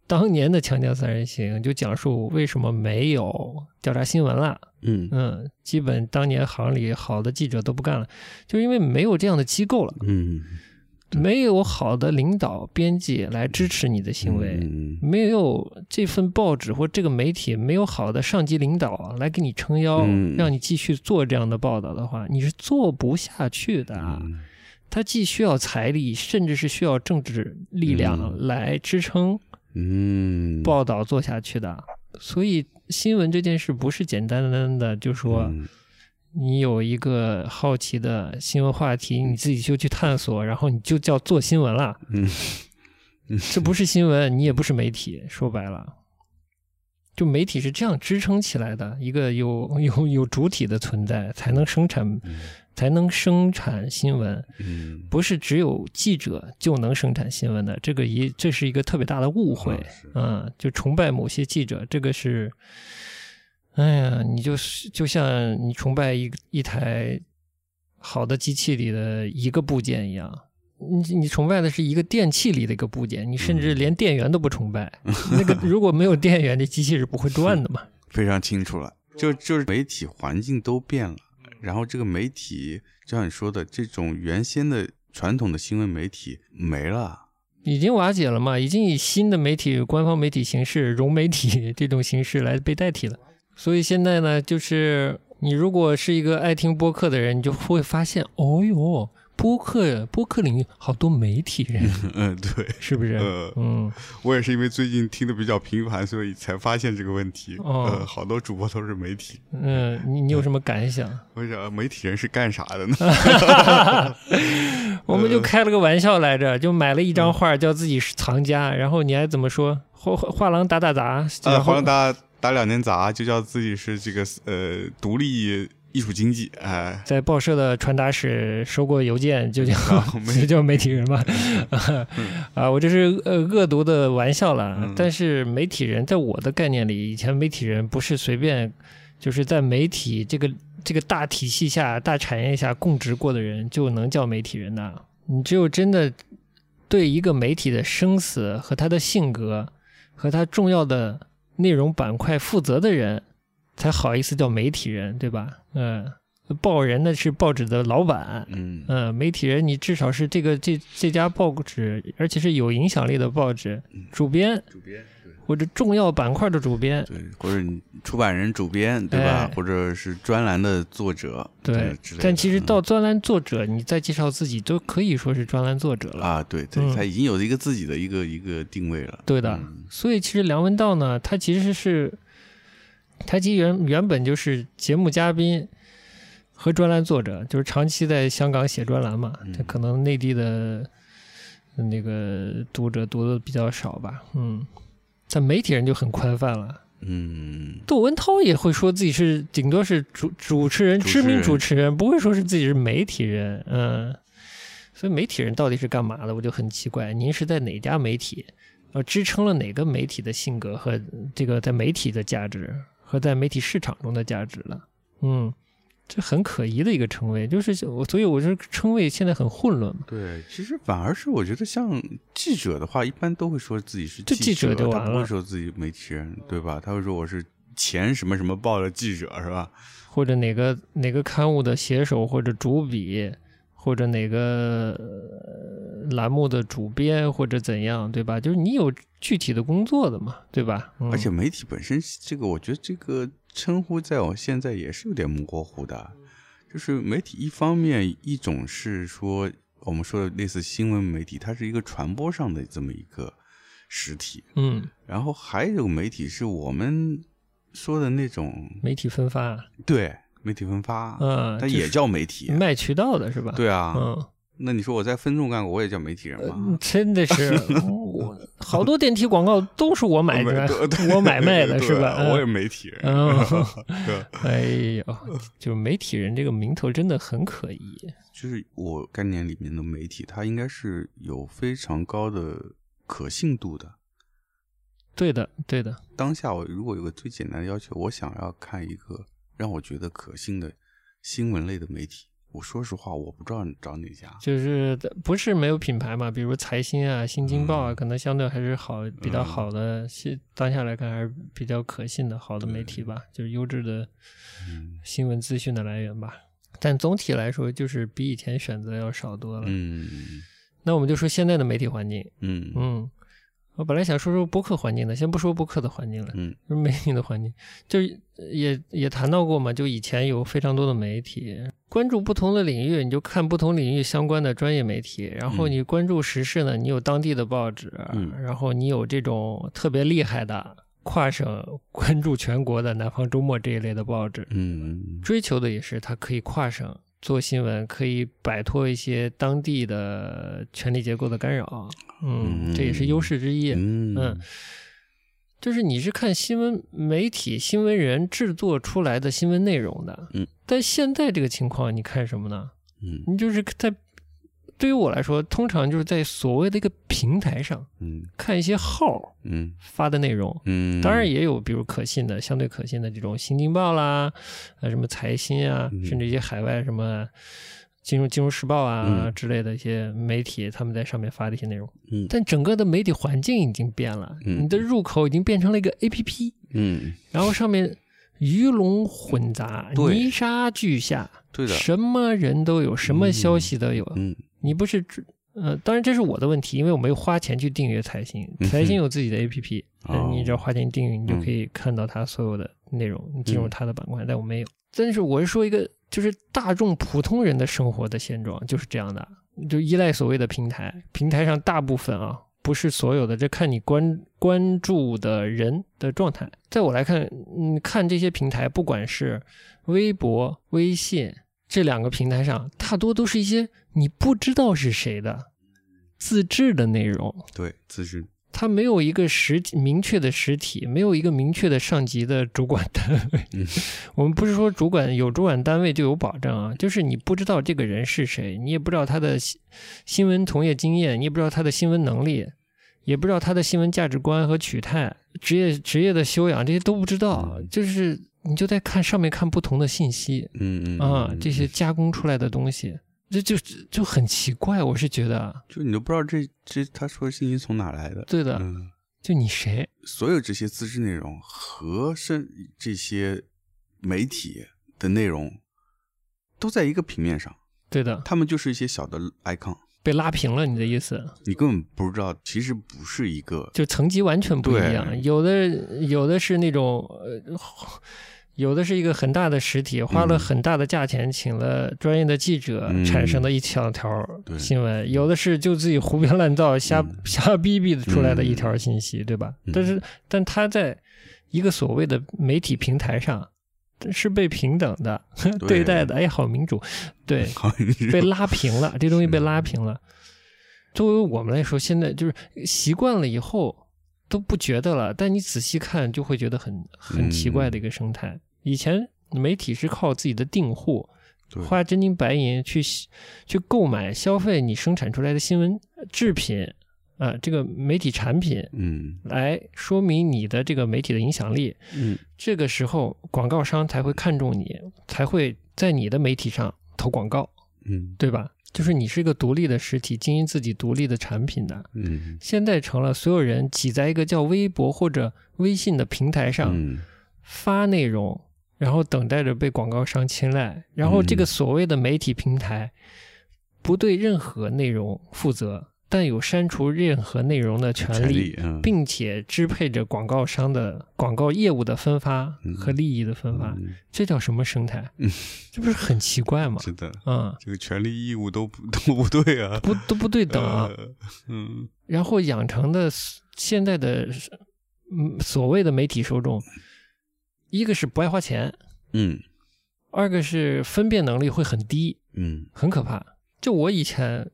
Speaker 2: 当年的《锵锵三人行》就讲述为什么没有调查新闻了。
Speaker 1: 嗯
Speaker 2: 嗯，基本当年行里好的记者都不干了，就是因为没有这样的机构了。
Speaker 1: 嗯，
Speaker 2: 没有好的领导、编辑来支持你的行为，
Speaker 1: 嗯嗯
Speaker 2: 没有这份报纸或这个媒体没有好的上级领导来给你撑腰，
Speaker 1: 嗯
Speaker 2: 让你继续做这样的报道的话，你是做不下去的。
Speaker 1: 嗯
Speaker 2: 它既需要财力，甚至是需要政治力量
Speaker 1: 嗯
Speaker 2: 来支撑
Speaker 1: 嗯，
Speaker 2: 报道做下去的。所以新闻这件事不是简单单的就说。
Speaker 1: 嗯
Speaker 2: 你有一个好奇的新闻话题，你自己就去探 索，然后你就叫做新闻了。
Speaker 1: 嗯，
Speaker 2: 这不是新闻，你也不是媒体，说白了，就媒体是这样支撑起来的，一个有有有主体的存在，才能生产，才能生产新闻，
Speaker 1: 嗯，
Speaker 2: 不是只有记者就能生产新闻的。这个一这是一个特别大的误会
Speaker 1: 嗯是
Speaker 2: 啊、就崇拜某些记者，这个是，哎呀，你就是就像你崇拜一一台好的机器里的一个部件一样。你你崇拜的是一个电器里的一个部件，你甚至
Speaker 1: 嗯
Speaker 2: 连电源都不崇拜。 那个如果没有电源，这机器是不会转的嘛。
Speaker 1: 非常清楚了，就就是媒体环境都变了，然后这个媒体，就像你说的，这种原先的传统的新闻媒体没了，
Speaker 2: 已经瓦解了嘛，已经以新的媒体、官方媒体形式、融媒体 这种形式来被代替了。所以现在呢，就是你如果是一个爱听播客的人，你就会发现，哦哟，播客播客领域好多媒体人，
Speaker 1: 嗯，对，
Speaker 2: 是不是？
Speaker 1: 呃，
Speaker 2: 嗯，
Speaker 1: 我也是因为最近听的比较频繁，所以才发现这个问题，
Speaker 2: 哦
Speaker 1: 呃，好多主播都是媒体，
Speaker 2: 嗯，你你有什么感想？
Speaker 1: 我想媒体人是干啥的
Speaker 2: 啊
Speaker 1: 呢？
Speaker 2: 我们就开了个玩笑来着，就买了一张画，叫自己是藏家，然后你还怎么说？画画画廊打打杂，
Speaker 1: 呃，
Speaker 2: 然
Speaker 1: 好
Speaker 2: 后
Speaker 1: 像打打两年杂，就叫自己是这个呃独立艺术经济，哎、
Speaker 2: 在报社的传达室收过邮件，就叫、
Speaker 1: 啊没
Speaker 2: 就叫媒体人嘛。 啊，我这是呃恶毒的玩笑了。
Speaker 1: 嗯
Speaker 2: 但是媒体人在我的概念里，以前媒体人不是随便就是在媒体这个这个大体系下、大产业下供职过的人就能叫媒体人呐、你只有真的对一个媒体的生死和他的性格和他重要的内容板块负责的人，才好意思叫媒体人，对吧？嗯、报人那是报纸的老板，
Speaker 1: 嗯
Speaker 2: 嗯、媒体人你至少是这个这这家报纸，而且是有影响力的报纸
Speaker 1: 嗯
Speaker 2: 主编
Speaker 1: 主编对。
Speaker 2: 或者重要板块的主编，
Speaker 1: 对，或者你出版人、主编，对吧？
Speaker 2: 哎
Speaker 1: 或者是专栏的作者，
Speaker 2: 对
Speaker 1: 之类的。
Speaker 2: 但其实
Speaker 1: 嗯
Speaker 2: 到专栏作者，你再介绍自己都可以说是专栏作者了。
Speaker 1: 啊，对对，
Speaker 2: 嗯
Speaker 1: 他已经有了一个自己的一个一个定位了。
Speaker 2: 对的
Speaker 1: 嗯
Speaker 2: 所以其实梁文道呢，他其实是他其实原原本就是节目嘉宾和专栏作者，就是长期在香港写专栏嘛
Speaker 1: 嗯。
Speaker 2: 他可能内地的呃那个读者读的比较少吧，嗯。但媒体人就很宽泛了，
Speaker 1: 嗯，
Speaker 2: 窦文涛也会说自己是顶多是主主持人、
Speaker 1: 主持人
Speaker 2: 知名主持人，不会说是自己是媒体人，嗯。所以媒体人到底是干嘛的，我就很奇怪。您是在哪家媒体，呃，支撑了哪个媒体的性格和这个在媒体的价值和在媒体市场中的价值了？嗯，这很可疑的一个称谓，就是我，所以我说称谓现在很混乱嘛。
Speaker 1: 对，其实反而是我觉得像记者的话，一般都会说自己是
Speaker 2: 就记
Speaker 1: 者，
Speaker 2: 者就
Speaker 1: 他
Speaker 2: 完
Speaker 1: 不会
Speaker 2: 了
Speaker 1: 说自己媒体人，对吧？他会说我是前什么什么报的记者，是吧？
Speaker 2: 或者哪个哪个刊物的写手或者主笔，或者哪个、呃栏目的主编或者怎样，对吧？就是你有具体的工作的嘛，对吧？嗯、
Speaker 1: 而且媒体本身这个，我觉得这个称呼在我现在也是有点模糊的，就是媒体一方面一种是说我们说的类似新闻媒体，它是一个传播上的这么一个实体，
Speaker 2: 嗯，
Speaker 1: 然后还有一种媒体是我们说的那种
Speaker 2: 媒体分发，
Speaker 1: 对媒体分发，
Speaker 2: 嗯、
Speaker 1: 它也
Speaker 2: 就
Speaker 1: 叫媒体
Speaker 2: 是，卖渠道的是吧？、
Speaker 1: 对啊，
Speaker 2: 嗯，呃
Speaker 1: 那你说我在分众干过，我也叫媒体人吗？
Speaker 2: 真的是，我好多电梯广告都是我买
Speaker 1: 我买
Speaker 2: 的
Speaker 1: 对对，
Speaker 2: 我买卖的是
Speaker 1: 对啊
Speaker 2: 吧？嗯
Speaker 1: 我也媒体人，
Speaker 2: 嗯，
Speaker 1: 对。
Speaker 2: 哎呦，就是媒体人这个名头真的很可疑。
Speaker 1: 就是我概念里面的媒体，它应该是有非常高的可信度的。
Speaker 2: 对的，对的，
Speaker 1: 当下我如果有个最简单的要求，我想要看一个让我觉得可信的新闻类的媒体，我说实话，我不知道你找哪家。
Speaker 2: 就是不是没有品牌嘛？比如财新啊、新京报啊，
Speaker 1: 嗯
Speaker 2: 可能相对还是好，比较
Speaker 1: 嗯
Speaker 2: 好的，现当下来看还是比较可信的好的媒体吧，就是优质的
Speaker 1: 嗯
Speaker 2: 新闻资讯的来源吧。但总体来说，就是比以前选择要少多了。
Speaker 1: 嗯
Speaker 2: 那我们就说现在的媒体环境，
Speaker 1: 嗯
Speaker 2: 嗯，我本来想说说播客环境的，先不说播客的环境了，
Speaker 1: 嗯，
Speaker 2: 就是媒体的环境，就是也也谈到过嘛，就以前有非常多的媒体，关注不同的领域，你就看不同领域相关的专业媒体，然后
Speaker 1: 嗯
Speaker 2: 你关注时事呢，你有当地的报纸，
Speaker 1: 嗯
Speaker 2: 然后你有这种特别厉害的跨省关注全国的《南方周末》这一类的报纸，
Speaker 1: 嗯
Speaker 2: 追求的也是它可以跨省。做新闻可以摆脱一些当地嗯的权力结构的干扰，嗯，这也是优势之一。
Speaker 1: 嗯
Speaker 2: 嗯就是你是看新闻媒体、新闻人制作出来的新闻内容的，
Speaker 1: 嗯，
Speaker 2: 但现在这个情况，你看什么呢？
Speaker 1: 嗯
Speaker 2: 你就是在对于我来说，通常就是在所谓的一个平台上
Speaker 1: 嗯
Speaker 2: 看一些号儿
Speaker 1: 嗯
Speaker 2: 发的内容，
Speaker 1: 嗯，
Speaker 2: 当然也有，比如可信的、相对可信的这种《新京报》啦，啊什么财新啊，
Speaker 1: 嗯
Speaker 2: 甚至一些海外什么金融金融时报啊、
Speaker 1: 嗯
Speaker 2: 之类的一些媒体，他们在上面发的一些内容。
Speaker 1: 嗯
Speaker 2: 但整个的媒体环境已经变了，
Speaker 1: 嗯
Speaker 2: 你的入口已经变成了一个 A P P，
Speaker 1: 嗯，
Speaker 2: 然后上面鱼龙混杂，
Speaker 1: 对
Speaker 2: 泥沙俱下，
Speaker 1: 对的，
Speaker 2: 什么人都有，什么消息都有。
Speaker 1: 嗯
Speaker 2: 你不是只呃，当然这是我的问题，因为我没有花钱去订阅财新，
Speaker 1: 嗯哼
Speaker 2: 财新有自己的 APP，、
Speaker 1: 哦
Speaker 2: 你只要花钱订阅，你就
Speaker 1: 嗯
Speaker 2: 可以看到它所有的内容，你进入
Speaker 1: 嗯
Speaker 2: 它的板块，但我没有。但是我是说一个，就是大众普通人的生活的现状就是这样的，就依赖所谓的平台，平台上大部分啊。不是所有的，这看你关关注的人的状态。在我来看，嗯，看这些平台，不管是微博、微信这两个平台上，大多都是一些你不知道是谁的自制的内容，
Speaker 1: 对，自制，
Speaker 2: 它没有一个实体明确的实体，没有一个明确的上级的主管单位。
Speaker 1: 嗯
Speaker 2: 我们不是说主管有主管单位就有保障啊，就是你不知道这个人是谁，你也不知道他的新新闻从业经验，你也不知道他的新闻能力。也不知道他的新闻价值观和取态、职业职业的修养，这些都不知道
Speaker 1: 嗯，
Speaker 2: 就是你就在看上面看不同的信息，
Speaker 1: 嗯嗯
Speaker 2: 啊，
Speaker 1: 嗯
Speaker 2: 这些加工出来的东西，这就就很奇怪，我是觉得啊，
Speaker 1: 就你都不知道这这他说的信息从哪来的，
Speaker 2: 对的，
Speaker 1: 嗯，
Speaker 2: 就你谁，
Speaker 1: 所有这些自制内容和甚这些媒体的内容都在一个平面上，
Speaker 2: 对的，
Speaker 1: 他们就是一些小的 icon，
Speaker 2: 被拉平了，你的意思，
Speaker 1: 你根本不知道，其实不是一个，
Speaker 2: 就层级完全不一样，
Speaker 1: 对
Speaker 2: 有的有的是那种呃。有的是一个很大的实体，花了很大的价钱请了专业的记者
Speaker 1: 嗯
Speaker 2: 产生的一小条
Speaker 1: 对
Speaker 2: 新闻，有的是就自己胡编乱造、瞎
Speaker 1: 嗯
Speaker 2: 瞎逼逼的出来的一条信息，对吧？
Speaker 1: 嗯
Speaker 2: 但是，但他在一个所谓的媒体平台上是被平等的 对待的，哎，好民主，对，
Speaker 1: 好像是
Speaker 2: 被拉平了，这东西被拉平了。作为我们来说，现在就是习惯了以后都不觉得了，但你仔细看就会觉得很很奇怪的一个生态。以前媒体是靠自己的订户
Speaker 1: 对，
Speaker 2: 花真金白银去去购买消费你生产出来的新闻制品啊、这个媒体产品
Speaker 1: 嗯
Speaker 2: 来说明你的这个媒体的影响力。
Speaker 1: 嗯
Speaker 2: 这个时候，广告商才会看重你，才会在你的媒体上投广告。
Speaker 1: 嗯
Speaker 2: 对吧？就是你是一个独立的实体，经营自己独立的产品的。
Speaker 1: 嗯
Speaker 2: 现在成了所有人挤在一个叫微博或者微信的平台上
Speaker 1: 嗯
Speaker 2: 发内容，然后等待着被广告商青睐，然后
Speaker 1: 嗯
Speaker 2: 这个所谓的媒体平台不对任何内容负责，但有删除任何内容的权
Speaker 1: 权
Speaker 2: 利，
Speaker 1: 利，嗯
Speaker 2: 并且支配着广告商的广告业务的分发和利益的分发，
Speaker 1: 嗯
Speaker 2: 这叫什么生态
Speaker 1: 嗯？
Speaker 2: 这不是很奇怪吗？
Speaker 1: 是的，
Speaker 2: 嗯。
Speaker 1: 这个权利义务都不都不对啊，
Speaker 2: 不都不对等啊。
Speaker 1: 呃，嗯
Speaker 2: 然后养成的 s- 现在的嗯所谓的媒体受众，一个是不爱花钱，
Speaker 1: 嗯
Speaker 2: 二个是分辨能力会很低，
Speaker 1: 嗯
Speaker 2: 很可怕。就我以前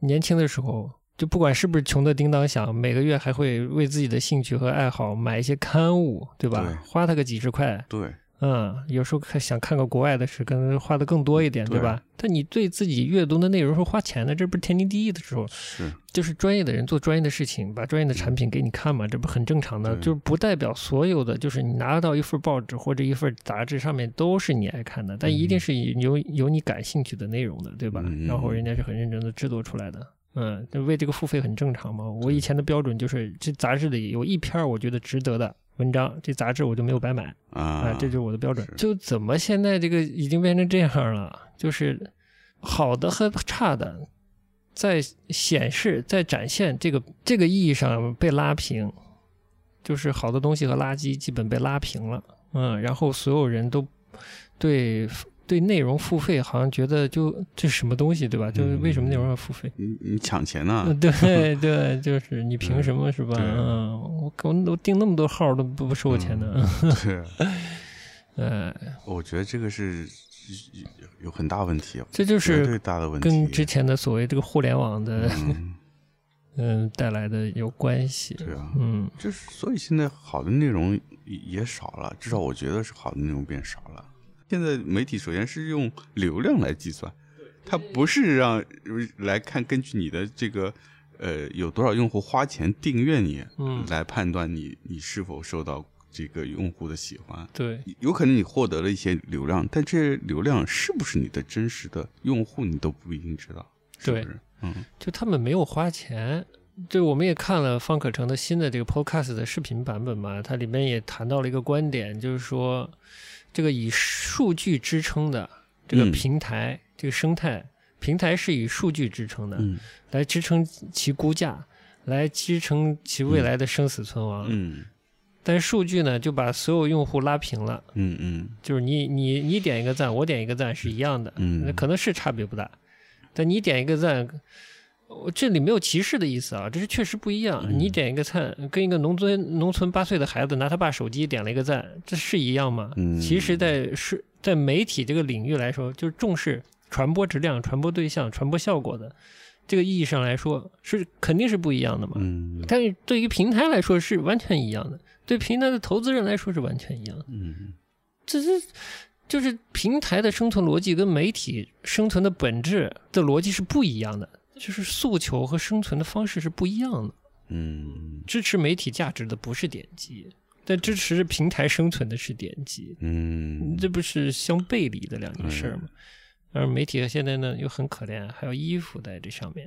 Speaker 2: 年轻的时候，就不管是不是穷的叮当响，每个月还会为自己的兴趣和爱好买一些刊物，对吧？
Speaker 1: 对
Speaker 2: 花他个几十块，
Speaker 1: 对，
Speaker 2: 嗯，有时候看想看个国外的事，可能花的更多一点，
Speaker 1: 对
Speaker 2: 对吧？但你对自己阅读的内容是花钱的，这不是天经地义的时候，
Speaker 1: 是
Speaker 2: 就是专业的人做专业的事情，把专业的产品给你看嘛，这不很正常的？
Speaker 1: 对
Speaker 2: 就是不代表所有的，就是你拿到一份报纸或者一份杂志上面都是你爱看
Speaker 1: 嗯
Speaker 2: 的，但一定是有有你感兴趣的内容的，对吧
Speaker 1: 嗯嗯？
Speaker 2: 然后人家是很认真的制作出来的。嗯，就为这个付费很正常嘛。我以前的标准就是，这杂志里有一篇儿我觉得值得的文章，这杂志我就没有白买。
Speaker 1: 啊
Speaker 2: 啊，这就是我的标准
Speaker 1: 是。
Speaker 2: 就怎么现在这个已经变成这样了？就是好的和差的，在显示、在展现这个这个意义上被拉平，就是好的东西和垃圾基本被拉平了。嗯，然后所有人都对对内容付费，好像觉得就这是什么东西，对吧？
Speaker 1: 嗯
Speaker 2: 就是为什么内容要付费？
Speaker 1: 你你抢钱呢
Speaker 2: 嗯，？对对，就是你凭什么是
Speaker 1: 啊
Speaker 2: 吧？
Speaker 1: 对
Speaker 2: 嗯，我我我订那么多号都不不收我钱的，
Speaker 1: 对，啊
Speaker 2: 嗯，
Speaker 1: 我觉得这个是有有很大问题，啊
Speaker 2: 这就
Speaker 1: 绝
Speaker 2: 是
Speaker 1: 对大的问题，
Speaker 2: 跟之前的所谓这个互联网的
Speaker 1: 嗯
Speaker 2: 嗯带来的有关系。
Speaker 1: 对啊，
Speaker 2: 嗯，
Speaker 1: 就是所以现在好的内容也也少了，至少我觉得是好的内容变少了。现在媒体首先是用流量来计算，它不是让来看根据你的这个呃有多少用户花钱订阅你，
Speaker 2: 嗯
Speaker 1: 来判断你你是否受到这个用户的喜欢。
Speaker 2: 对，
Speaker 1: 有可能你获得了一些流量，但这些流量是不是你的真实的用户，你都不一定知道，是不
Speaker 2: 对
Speaker 1: 是？嗯，
Speaker 2: 就他们没有花钱。对，我们也看了方可成的新的这个 podcast 的视频版本嘛，它里面也谈到了一个观点，就是说，这个以数据支撑的这个
Speaker 1: 嗯
Speaker 2: 平台、这个生态平台是以数据支撑的，
Speaker 1: 嗯
Speaker 2: 来支撑其估价，来支撑其未来的生死存亡。
Speaker 1: 嗯
Speaker 2: 但数据呢，就把所有用户拉平了，
Speaker 1: 嗯嗯
Speaker 2: 就是你你你点一个赞，我点一个赞是一样的，那
Speaker 1: 嗯，
Speaker 2: 可能是差别不大，但你点一个赞，我这里没有歧视的意思啊，这是确实不一样。
Speaker 1: 嗯
Speaker 2: 你点一个赞，跟一个农村农村八岁的孩子拿他爸手机点了一个赞，这是一样吗？
Speaker 1: 嗯
Speaker 2: 其实在是在媒体这个领域来说，就是重视传播质量、传播对象、传播效果的这个意义上来说，是肯定是不一样的嘛。
Speaker 1: 嗯
Speaker 2: 但是对于平台来说是完全一样的，对平台的投资人来说是完全一样的。
Speaker 1: 嗯
Speaker 2: 这是就是平台的生存逻辑跟媒体生存的本质的逻辑是不一样的，就是诉求和生存的方式是不一样的。
Speaker 1: 嗯
Speaker 2: 支持媒体价值的不是点击，但支持平台生存的是点击，
Speaker 1: 嗯，
Speaker 2: 这不是相背离的两件事儿吗？而媒体现在呢又很可怜，还有衣服在这上面，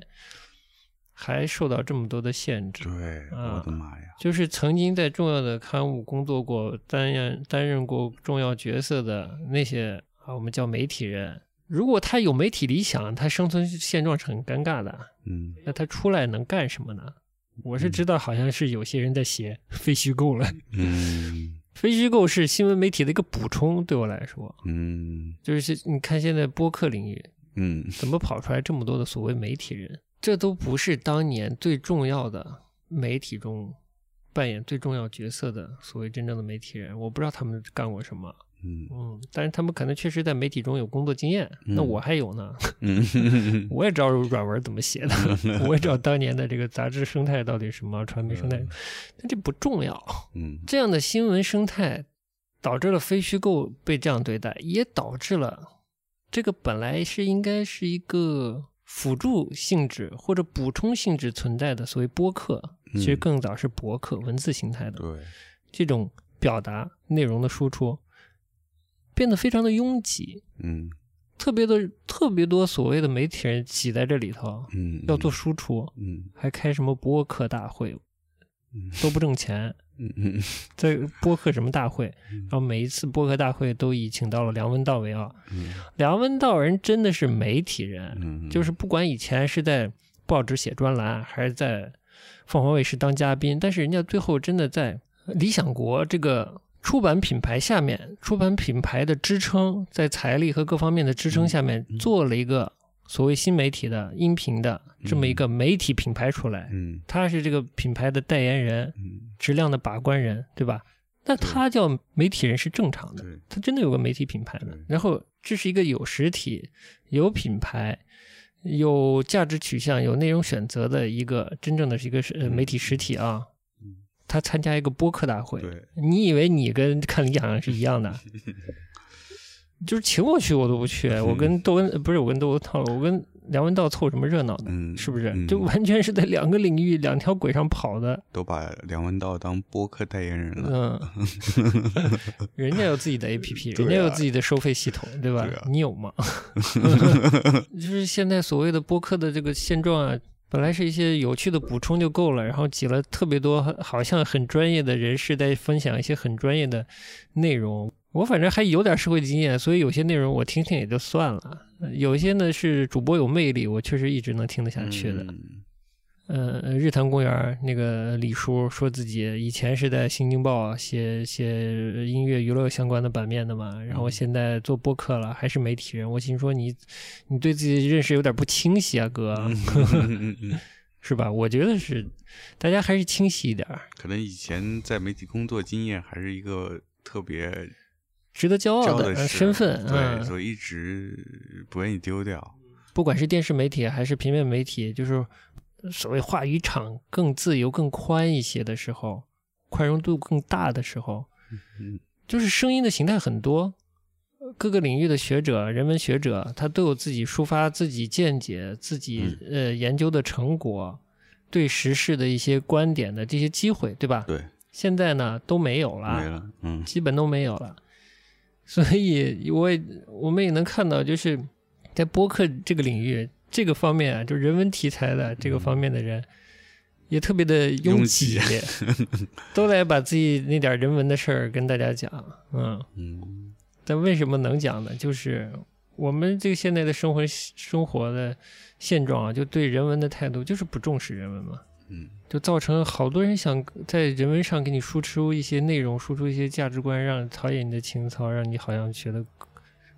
Speaker 2: 还受到这么多的限制。
Speaker 1: 对，我的妈呀，
Speaker 2: 就是曾经在重要的刊物工作过、担任担任过重要角色的那些啊，我们叫媒体人。如果他有媒体理想，他生存现状是很尴尬的。
Speaker 1: 嗯，
Speaker 2: 那他出来能干什么呢？我是知道，好像是有些人在写非虚构了。
Speaker 1: 嗯
Speaker 2: 非虚构是新闻媒体的一个补充，对我来说，
Speaker 1: 嗯
Speaker 2: 就是现你看现在播客领域
Speaker 1: 嗯
Speaker 2: 怎么跑出来这么多的所谓媒体人？这都不是当年最重要的媒体中扮演最重要角色的所谓真正的媒体人。我不知道他们干过什么，
Speaker 1: 嗯
Speaker 2: 嗯，但是他们可能确实在媒体中有工作经验。
Speaker 1: 嗯
Speaker 2: 那我还有呢，
Speaker 1: 嗯，
Speaker 2: 我也知道软文怎么写的，我也知道当年的这个杂志生态到底是什么，传媒生态，但这不重要。
Speaker 1: 嗯
Speaker 2: 这样的新闻生态导致了非虚构被这样对待，也导致了这个本来是应该是一个辅助性质或者补充性质存在的所谓播客，
Speaker 1: 嗯
Speaker 2: 其实更早是博客文字形态的
Speaker 1: 对，
Speaker 2: 这种表达内容的输出，变得非常的拥挤，
Speaker 1: 嗯
Speaker 2: 特别的特别多所谓的媒体人挤在这里头
Speaker 1: 嗯，
Speaker 2: 要做，输出，
Speaker 1: 嗯
Speaker 2: 还开什么播客大会
Speaker 1: 嗯
Speaker 2: 都不挣钱。
Speaker 1: 嗯嗯
Speaker 2: 在播客什么大会
Speaker 1: 嗯，
Speaker 2: 然后每一次播客大会都以请到了梁文道为傲。
Speaker 1: 嗯
Speaker 2: 梁文道人真的是媒体人，
Speaker 1: 嗯，
Speaker 2: 就是不管以前是在报纸写专栏，还是在凤凰卫视当嘉宾，但是人家最后真的在理想国这个出版品牌下面，出版品牌的支撑，在财力和各方面的支撑下面
Speaker 1: 嗯，
Speaker 2: 做了一个所谓新媒体的音频的这么一个媒体品牌出来。
Speaker 1: 嗯
Speaker 2: 他是这个品牌的代言人，
Speaker 1: 嗯
Speaker 2: 质量的把关人，对吧？那他叫媒体人是正常的，
Speaker 1: 对，嗯
Speaker 2: 他真的有个媒体品牌的
Speaker 1: 对。
Speaker 2: 然后这是一个有实体、有品牌、有价值取向、有内容选择的一个真正的是一个是呃
Speaker 1: 嗯
Speaker 2: 媒体实体啊
Speaker 1: 嗯。
Speaker 2: 他参加一个播客大会，
Speaker 1: 对
Speaker 2: 你以为你跟 看理想是一 样的？就是请我去我都不去，
Speaker 1: 嗯
Speaker 2: 我跟窦文呃不是我跟窦文涛，我跟梁文道凑什么热闹呢？
Speaker 1: 嗯，
Speaker 2: 是不是？就完全是在两个领域、两条轨上跑的。
Speaker 1: 都把梁文道当播客代言人了，
Speaker 2: 嗯， 人家有自己的 APP，、
Speaker 1: 对啊
Speaker 2: 人家有自己的收费系统，对吧？
Speaker 1: 对啊
Speaker 2: 你 有吗？就是现在所谓的播客的这个现状啊，本来是一些有趣的补充就够了，然后挤了特别多好像很专业的人士在分享一些很专业的内容。我反正还有点社会经验，所以有些内容我听听也就算了。呃有一些呢是主播有魅力，我确实一直能听得下去
Speaker 1: 嗯
Speaker 2: 的。呃，日坛公园儿那个李叔说自己以前是在《新京报》写写音乐娱乐相关的版面的嘛，然后
Speaker 1: 嗯
Speaker 2: 现在做播客了，还是媒体人。我心说你，你对自己认识有点不清晰啊，哥，
Speaker 1: 嗯，
Speaker 2: 是吧？我觉得是，大家还是清晰一点儿，
Speaker 1: 可能以前在媒体工作经验还是一个特别
Speaker 2: 值得骄
Speaker 1: 骄
Speaker 2: 傲
Speaker 1: 傲
Speaker 2: 的
Speaker 1: 的
Speaker 2: 呃
Speaker 1: 事
Speaker 2: 身份
Speaker 1: 对，
Speaker 2: 啊。
Speaker 1: 所以一直不愿意丢掉。
Speaker 2: 不管是电视媒体还是平面媒体，就是所谓话语场更自由、更宽一些的时候，宽容度更大的时候，
Speaker 1: 嗯
Speaker 2: 就是声音的形态很多，呃各个领域的学者、人文学者，他都有自己抒发自己见解、自己
Speaker 1: 嗯
Speaker 2: 呃研究的成果、对时事的一些观点的这些机会，对吧？
Speaker 1: 对，
Speaker 2: 现在呢都没有了，
Speaker 1: 没了，嗯
Speaker 2: 基本都没有了。所以我也我们也能看到，就是在播客这个领域这个方面啊，就人文题材的这个方面的人，也特别的拥挤，都来把自己那点人文的事儿跟大家讲。嗯，
Speaker 1: 嗯，
Speaker 2: 但为什么能讲呢？就是我们这个现在的生活生活的现状啊，就对人文的态度就是不重视人文嘛。
Speaker 1: 嗯，
Speaker 2: 就造成好多人想在人文上给你输出一些内容，输出一些价值观，让陶冶你的情操，让你好像学的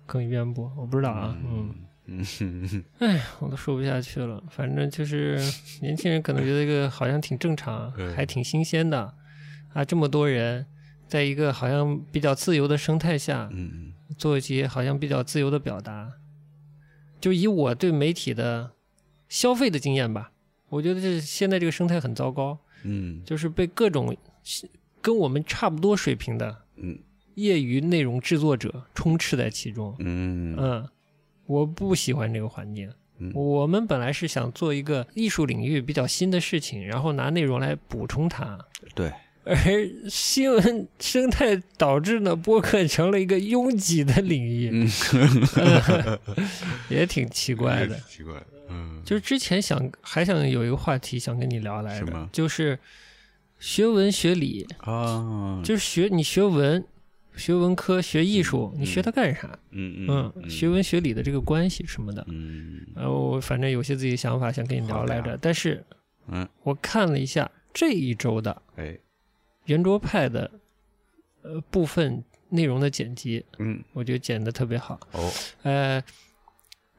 Speaker 2: 更渊博。我不知道啊，嗯，
Speaker 1: 嗯嗯
Speaker 2: 哎，我都说不下去了。反正就是年轻人可能觉得这个好像挺正常
Speaker 1: 嗯，
Speaker 2: 还挺新鲜的啊，这么多人。在一个好像比较自由的生态下，
Speaker 1: 嗯
Speaker 2: 做一些好像比较自由的表达。就以我对媒体的消费的经验吧，我觉得这现在这个生态很糟糕，
Speaker 1: 嗯
Speaker 2: 就是被各种跟我们差不多水平的
Speaker 1: 嗯
Speaker 2: 业余内容制作者充斥在其中。
Speaker 1: 嗯
Speaker 2: 嗯，我不喜欢这个环境。
Speaker 1: 嗯
Speaker 2: 我们本来是想做一个艺术领域比较新的事情，然后拿内容来补充它。
Speaker 1: 对，
Speaker 2: 而新闻生态导致呢，播客成了一个拥挤的领域，
Speaker 1: 嗯，
Speaker 2: 也挺奇怪的。
Speaker 1: 奇怪，嗯，
Speaker 2: 就是之前想还想有一个话题想跟你聊来
Speaker 1: 什
Speaker 2: 着
Speaker 1: 么，
Speaker 2: 就是学文学理，
Speaker 1: 啊，
Speaker 2: 就是学你学文、学文科、学艺术，
Speaker 1: 嗯
Speaker 2: 你学它干啥？
Speaker 1: 嗯
Speaker 2: 嗯，学文，学理的这个关系什么的。
Speaker 1: 嗯
Speaker 2: 呃，我反正有些自己想法想跟你聊来
Speaker 1: 好
Speaker 2: 着，但是
Speaker 1: 嗯，
Speaker 2: 我看了一下这一周的
Speaker 1: 哎，
Speaker 2: 圆桌派的呃部分内容的剪辑，
Speaker 1: 嗯，
Speaker 2: 我觉得剪的特别好。
Speaker 1: 哦，
Speaker 2: 呃，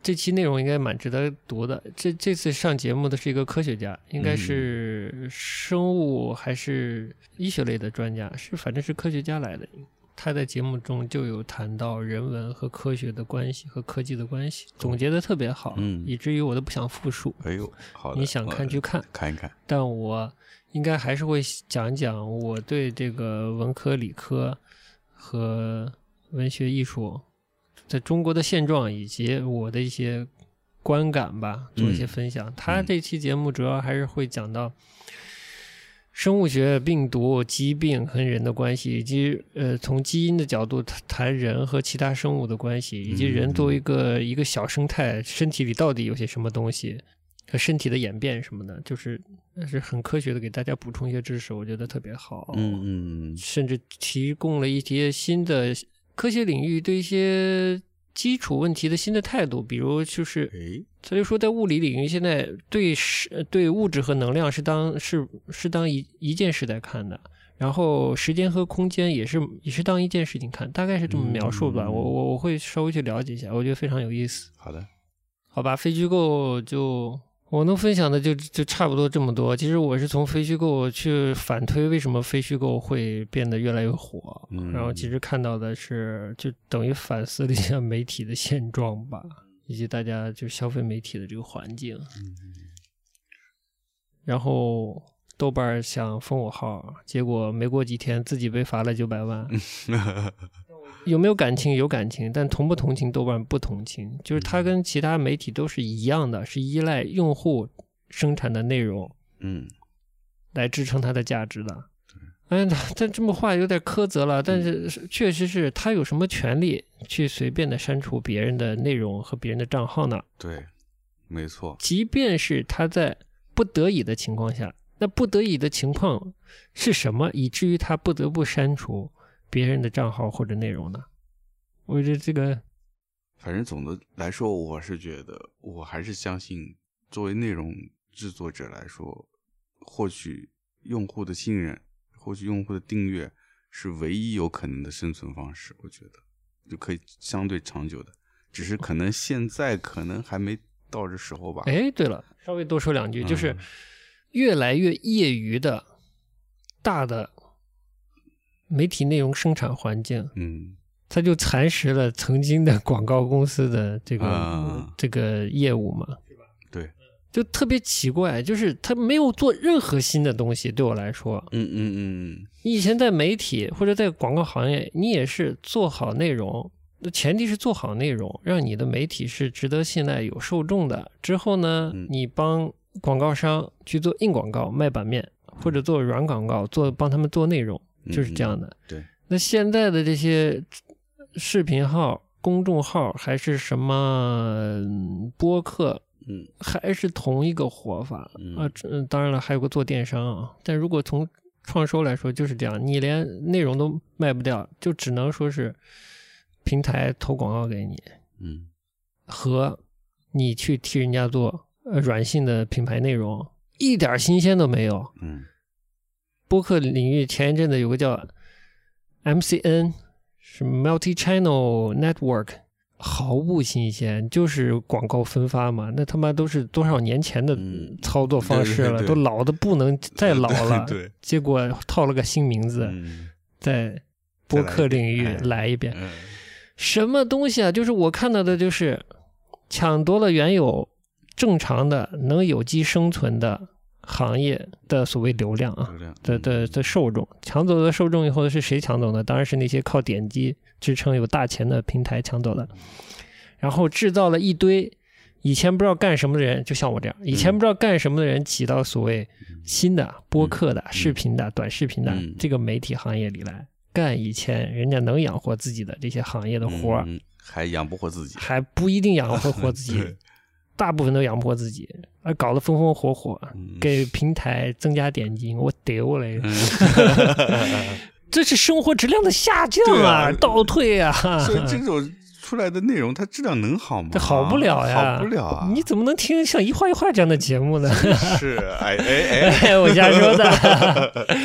Speaker 2: 这期内容应该蛮值得读的。这这次上节目的是一个科学家，应该是生物还是医学类的专家，是反正是科学家来的。他在节目中就有谈到人文和科学的关系和科技的关系，总结的特别好，
Speaker 1: 嗯
Speaker 2: 以至于我都不想复述。
Speaker 1: 哎呦，好的，
Speaker 2: 你想看去看，
Speaker 1: 看一看，
Speaker 2: 但我应该还是会讲一讲我对这个文科、理科和文学艺术在中国的现状以及我的一些观感吧，做一些分享。他这期节目主要还是会讲到生物学、病毒、疾病和人的关系，以及呃从基因的角度谈谈人和其他生物的关系，以及人作为一个、一个小生态身体里到底有些什么东西。和呃身体的演变什么的，就是呃是很科学的，给大家补充一些知识，我觉得特别好。
Speaker 1: 嗯嗯
Speaker 2: 甚至提供了一些新的科学领域对一些基础问题的新的态度，比如就是，
Speaker 1: 嗯，
Speaker 2: 所以说在物理领域现在对是呃对物质和能量是当是是当一一件事在看的，然后时间和空间也是也是当一件事情看，大概是这么描述吧。
Speaker 1: 嗯
Speaker 2: 我我我会稍微去了解一下，我觉得非常有意思。
Speaker 1: 哎，好的，
Speaker 2: 好吧，非虚构就我能分享的就就差不多这么多。其实我是从非虚构去反推为什么非虚构会变得越来越火，
Speaker 1: 嗯
Speaker 2: 然后其实看到的是就等于反思了一下媒体的现状吧，以及大家就消费媒体的这个环境。然后豆瓣儿想封我号，结果没过几天自己被罚了九百万。有没有感情？有感情，但同不同情豆瓣不同情，就是它跟其他媒体都是一样的，是依赖用户生产的内容
Speaker 1: 嗯
Speaker 2: 来支撑它的价值的。哎，但这么话有点苛责了，但是是确实是他有什么权利去随便的删除别人的内容和别人的账号呢？
Speaker 1: 对，没错，
Speaker 2: 即便是他在不得已的情况下，那不得已的情况是什么，以至于他不得不删除别人的账号或者内容呢？我觉得这个，
Speaker 1: 反正总的来说，我是觉得，我还是相信，作为内容制作者来说，获取用户的信任，获取用户的订阅，是唯一有可能的生存方式。我觉得，就可以相对长久的，只是可能现在可能还没到这时候吧。
Speaker 2: 哎，对了，稍微多说两句，
Speaker 1: 啊嗯
Speaker 2: 就是越来越业余的大的媒体内容生产环境，
Speaker 1: 嗯，
Speaker 2: 它就蚕食了曾经的广告公司的这个、
Speaker 1: 啊
Speaker 2: 这个业务嘛。
Speaker 1: 对，
Speaker 2: 就特别奇怪，就是他没有做任何新的东西。对我来说，
Speaker 1: 嗯嗯嗯
Speaker 2: 你以前在媒体或者在广告行业，你也是做好内容，那前提是做好内容，让你的媒体是值得信赖、有受众的。之后呢
Speaker 1: 嗯，
Speaker 2: 你帮广告商去做硬广告、卖版面，或者做软广告，做帮他们做内容，
Speaker 1: 嗯，
Speaker 2: 就是这样
Speaker 1: 的。
Speaker 2: 的。
Speaker 1: 对，
Speaker 2: 那现在的这些视频号、公众号还是什么嗯播客，
Speaker 1: 嗯
Speaker 2: 还是同一个活法
Speaker 1: 嗯
Speaker 2: 啊。这嗯当然了，还有个做电商啊。但如果从创收来说，就是这样，你连内容都卖不掉，就只能说是平台投广告给你，
Speaker 1: 嗯
Speaker 2: 和你去替人家做呃软性的品牌内容，一点新鲜都没有。
Speaker 1: 嗯
Speaker 2: 播客领域前一阵子有个叫 MCN，是 Multi Channel Network，毫无新鲜，就是广告分发嘛。那他妈都是多少年前的
Speaker 1: 嗯
Speaker 2: 操作方式了，
Speaker 1: 对对对
Speaker 2: 都老的不能再老了。
Speaker 1: 对，
Speaker 2: 结果套了个新名字，
Speaker 1: 嗯
Speaker 2: 在播客领域
Speaker 1: 再来一遍
Speaker 2: 来一遍，
Speaker 1: 嗯
Speaker 2: 什么东西啊？就是我看到的，就是抢夺了原有正常的能有机生存的行业的所谓流量啊。
Speaker 1: 就这样
Speaker 2: 的的的受众，抢走的受众以后是谁抢走呢？当然是那些靠点击支撑有大钱的平台抢走
Speaker 1: 嗯
Speaker 2: 的，然后制造了一堆以前不知道干什么的人，就像我这样，以
Speaker 1: 嗯
Speaker 2: 前不知道干什么的人挤到所谓新的播客的、视频的、短视频的
Speaker 1: 嗯
Speaker 2: 这个媒体行业里来干以前人家能养活自己的这些行业的活儿，
Speaker 1: 嗯嗯还养不活自己，
Speaker 2: 还不一定养活活自己，
Speaker 1: 对
Speaker 2: 大部分都养不活自己，而搞得风风火火，
Speaker 1: 嗯
Speaker 2: 给平台增加点击，我丢嘞！
Speaker 1: 嗯
Speaker 2: 这是生活质量的下降
Speaker 1: 对
Speaker 2: 啊，
Speaker 1: 啊
Speaker 2: 倒退啊！
Speaker 1: 所以这种出来的内容，它质量能好吗？
Speaker 2: 这好不了呀，
Speaker 1: 好不了啊！
Speaker 2: 你怎么能听像一画一画这样的节目呢？
Speaker 1: 是哎哎哎，
Speaker 2: 哎，我瞎说 的。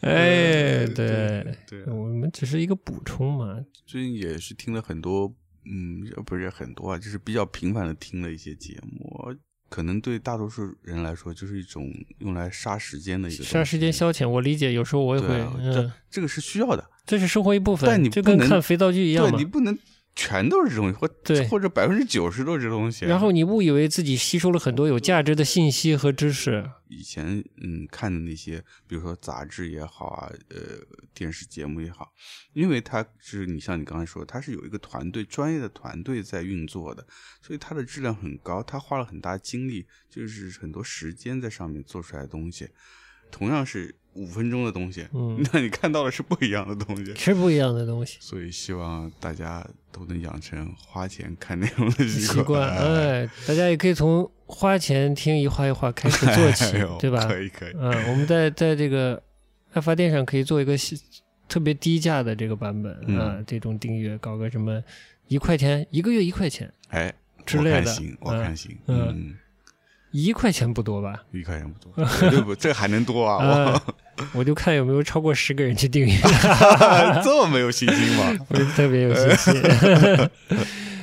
Speaker 2: 哎，对
Speaker 1: 对，对，
Speaker 2: 我们只是一个补充嘛。
Speaker 1: 最近也是听了很多，嗯，不是很多啊，就是比较频繁的听了一些节目，可能对大多数人来说，就是一种用来杀时间的一个东西
Speaker 2: 杀时间消遣，我理解，有时候我也会
Speaker 1: 对啊，，
Speaker 2: 嗯
Speaker 1: 这，这个是需要的，
Speaker 2: 这是生活一部分，
Speaker 1: 但你
Speaker 2: 就
Speaker 1: 不
Speaker 2: 跟
Speaker 1: 能
Speaker 2: 看肥皂剧一样
Speaker 1: 对
Speaker 2: 嘛
Speaker 1: 你。不能全都是这东西，或
Speaker 2: 对
Speaker 1: 或者百分之九十都是这东西。啊
Speaker 2: 然后你误以为自己吸收了很多有价值的信息和知识，
Speaker 1: 以前嗯看的那些，比如说杂志也好啊，呃，电视节目也好，因为它是你像你刚才说的，它是有一个团队专业的团队在运作的，所以它的质量很高，它花了很大精力，就是很多时间在上面做出来的东西，同样是五分钟的东西，
Speaker 2: 嗯，
Speaker 1: 那你看到的是不一样的东西。
Speaker 2: 是不一样的东西。
Speaker 1: 所以希望大家都能养成花钱看内容的习
Speaker 2: 习惯，哎，大家也可以从花钱听一画一画开始做 起
Speaker 1: 哎呦，
Speaker 2: 对吧？
Speaker 1: 可以可以，
Speaker 2: 嗯，我们在在这个爱发电上可以做一个西特别低价的这个版本
Speaker 1: 嗯
Speaker 2: 啊，这种订阅搞个什么一块钱一个月一块钱，
Speaker 1: 哎，
Speaker 2: 之
Speaker 1: 我
Speaker 2: 类
Speaker 1: 看
Speaker 2: 的
Speaker 1: 行，我
Speaker 2: 嗯
Speaker 1: 看行，
Speaker 2: 嗯
Speaker 1: 嗯。
Speaker 2: 一块钱不多吧？
Speaker 1: 一块钱不多，绝对不，这还能多啊！
Speaker 2: 我就看有没有超过十个人去订阅，
Speaker 1: 我这么没有信心吗？
Speaker 2: 我就特别有信 心。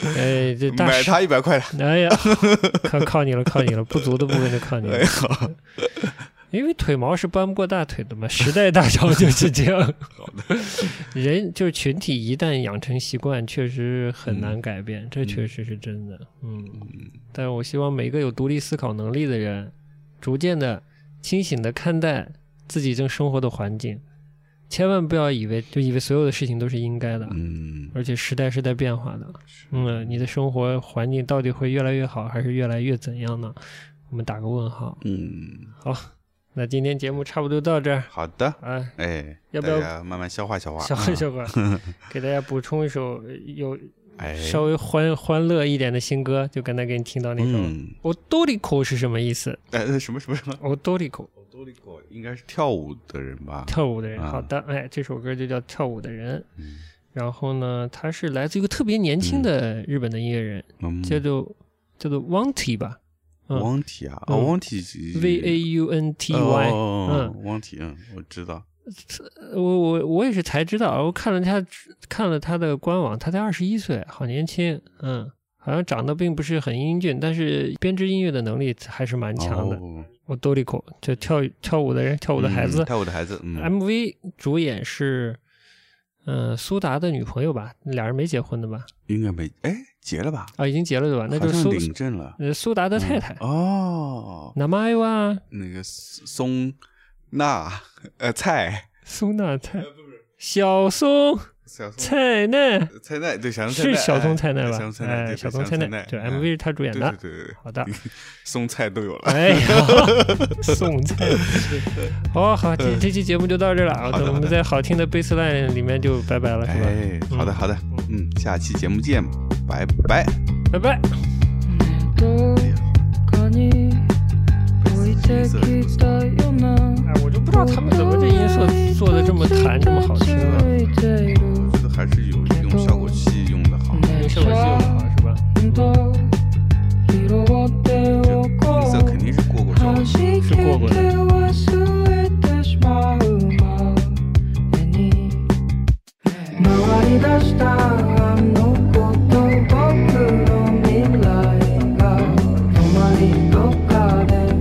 Speaker 2: 哎，这大
Speaker 1: 买
Speaker 2: 师，
Speaker 1: 它一百块了，
Speaker 2: 哎呀，靠靠你了，靠你了，不足的部分就靠你了
Speaker 1: 哎。呀，
Speaker 2: 因为腿毛是搬不过大腿的嘛，时代大潮就是这 样。 人就是群体，一旦养成习惯，确实很
Speaker 1: 嗯
Speaker 2: 难改变，这确实是真的。嗯，但是我希望每个有独立思考能力的人，逐渐的清醒的看待自己正生活的环境，千万不要以为就以为所有的事情都是应该的，
Speaker 1: 嗯，
Speaker 2: 而且时代是在变化的。嗯，你的生活环境到底会越来越好，还是越来越怎样呢？我们打个问号。
Speaker 1: 嗯，
Speaker 2: 好，那今天节目差不多到这儿
Speaker 1: 好的，
Speaker 2: 啊，
Speaker 1: 哎，
Speaker 2: 要不要
Speaker 1: 大家慢慢消化消化？
Speaker 2: 小
Speaker 1: 啊
Speaker 2: 会小会儿， 给大家补充一首有
Speaker 1: 哎，
Speaker 2: 稍微欢欢乐一点的新歌，就刚才给你听到那首。
Speaker 1: 嗯，
Speaker 2: o d o r i c o 是什么意思
Speaker 1: 哎，哎什么什么什么
Speaker 2: o d o r i c
Speaker 1: 啊
Speaker 2: o
Speaker 1: 应该是跳舞的人吧？
Speaker 2: 跳舞的人。
Speaker 1: 啊
Speaker 2: 好的，哎，这首歌就叫《跳舞的人》。
Speaker 1: 嗯
Speaker 2: 然后呢，他是来自一个特别年轻的日本的音乐人，
Speaker 1: 嗯，
Speaker 2: 叫做叫做 Wanty 吧嗯
Speaker 1: 汪体啊，哦，
Speaker 2: 嗯
Speaker 1: 汪体是
Speaker 2: ，V A U N T Y。
Speaker 1: 哦哦哦汪体，嗯，我知道，
Speaker 2: 我我我也是才知道，我看了他看了他的官网，他才二十一岁，好年轻，嗯，好像长得并不是很英俊，但是编织音乐的能力还是蛮强的。
Speaker 1: 哦
Speaker 2: 我多利口，
Speaker 1: 嗯
Speaker 2: 就跳跳舞的人，跳舞的孩子
Speaker 1: 嗯、跳舞的孩子，嗯，
Speaker 2: MV 主演是嗯、苏达的女朋友吧，俩人没结婚的吧？
Speaker 1: 应该没哎结了吧？
Speaker 2: 啊，已经结了对吧？那
Speaker 1: 好
Speaker 2: 就是
Speaker 1: 像
Speaker 2: 苏
Speaker 1: 领嗯证了。
Speaker 2: 呃苏达的太太。
Speaker 1: 哦，
Speaker 2: 南妈哟啊，
Speaker 1: 那个松那呃菜
Speaker 2: 苏娜菜，小松
Speaker 1: 小松
Speaker 2: 菜奈
Speaker 1: 菜奈对小松菜
Speaker 2: 是
Speaker 1: 奈
Speaker 2: 小松
Speaker 1: 哎
Speaker 2: 菜奈
Speaker 1: 对小
Speaker 2: 吧
Speaker 1: 松？菜奈
Speaker 2: 哎，
Speaker 1: 对
Speaker 2: 小
Speaker 1: 对
Speaker 2: 松菜奈，对
Speaker 1: 嗯
Speaker 2: ，MV 是他主演
Speaker 1: 对
Speaker 2: 的
Speaker 1: 对。对对
Speaker 2: 好的，
Speaker 1: 松菜都有了。
Speaker 2: 哎呀， 送菜，好好，这这期节目就到这儿了啊，
Speaker 1: 嗯好的
Speaker 2: 等我们在好听的贝斯 line 里面就拜拜了，是吧？
Speaker 1: 哎，好的好的，嗯，下期节目见，拜拜。
Speaker 2: 拜拜。
Speaker 3: どこに置いてきたよな
Speaker 2: 哎，我就不知道他们怎么这音色做的这么弹，这么好听啊！
Speaker 1: 我觉得还是有用效果器用的好，
Speaker 2: 音效果器用的好是吧？
Speaker 1: 就音色肯定是过过招的。
Speaker 3: 是
Speaker 2: 过过的
Speaker 3: 回り出したあの子と僕の未来が止まりどっかで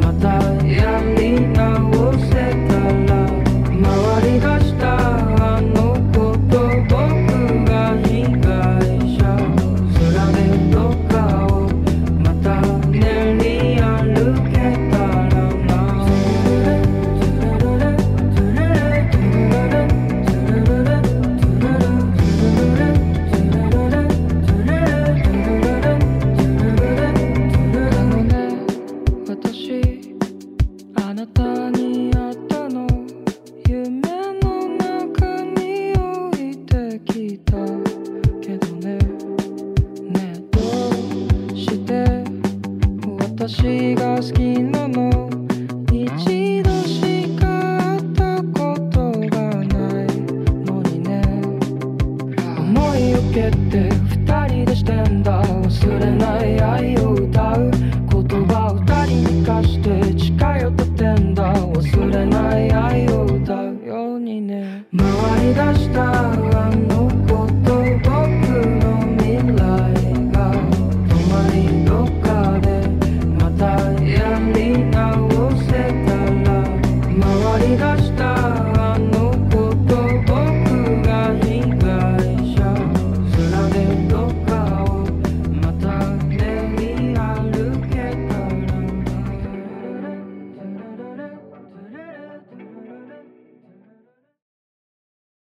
Speaker 3: またやり直せたら回り出したあの子と僕が被害者空でどっかをまた練り歩けたらな私あなたにあったの夢の中に置いてきたけどねねえどうして私が好きなの一度しか会ったことがないのにね思い受けて二人でしてんだ忘れない愛を歌う言葉を二人に貸して近寄ってんだ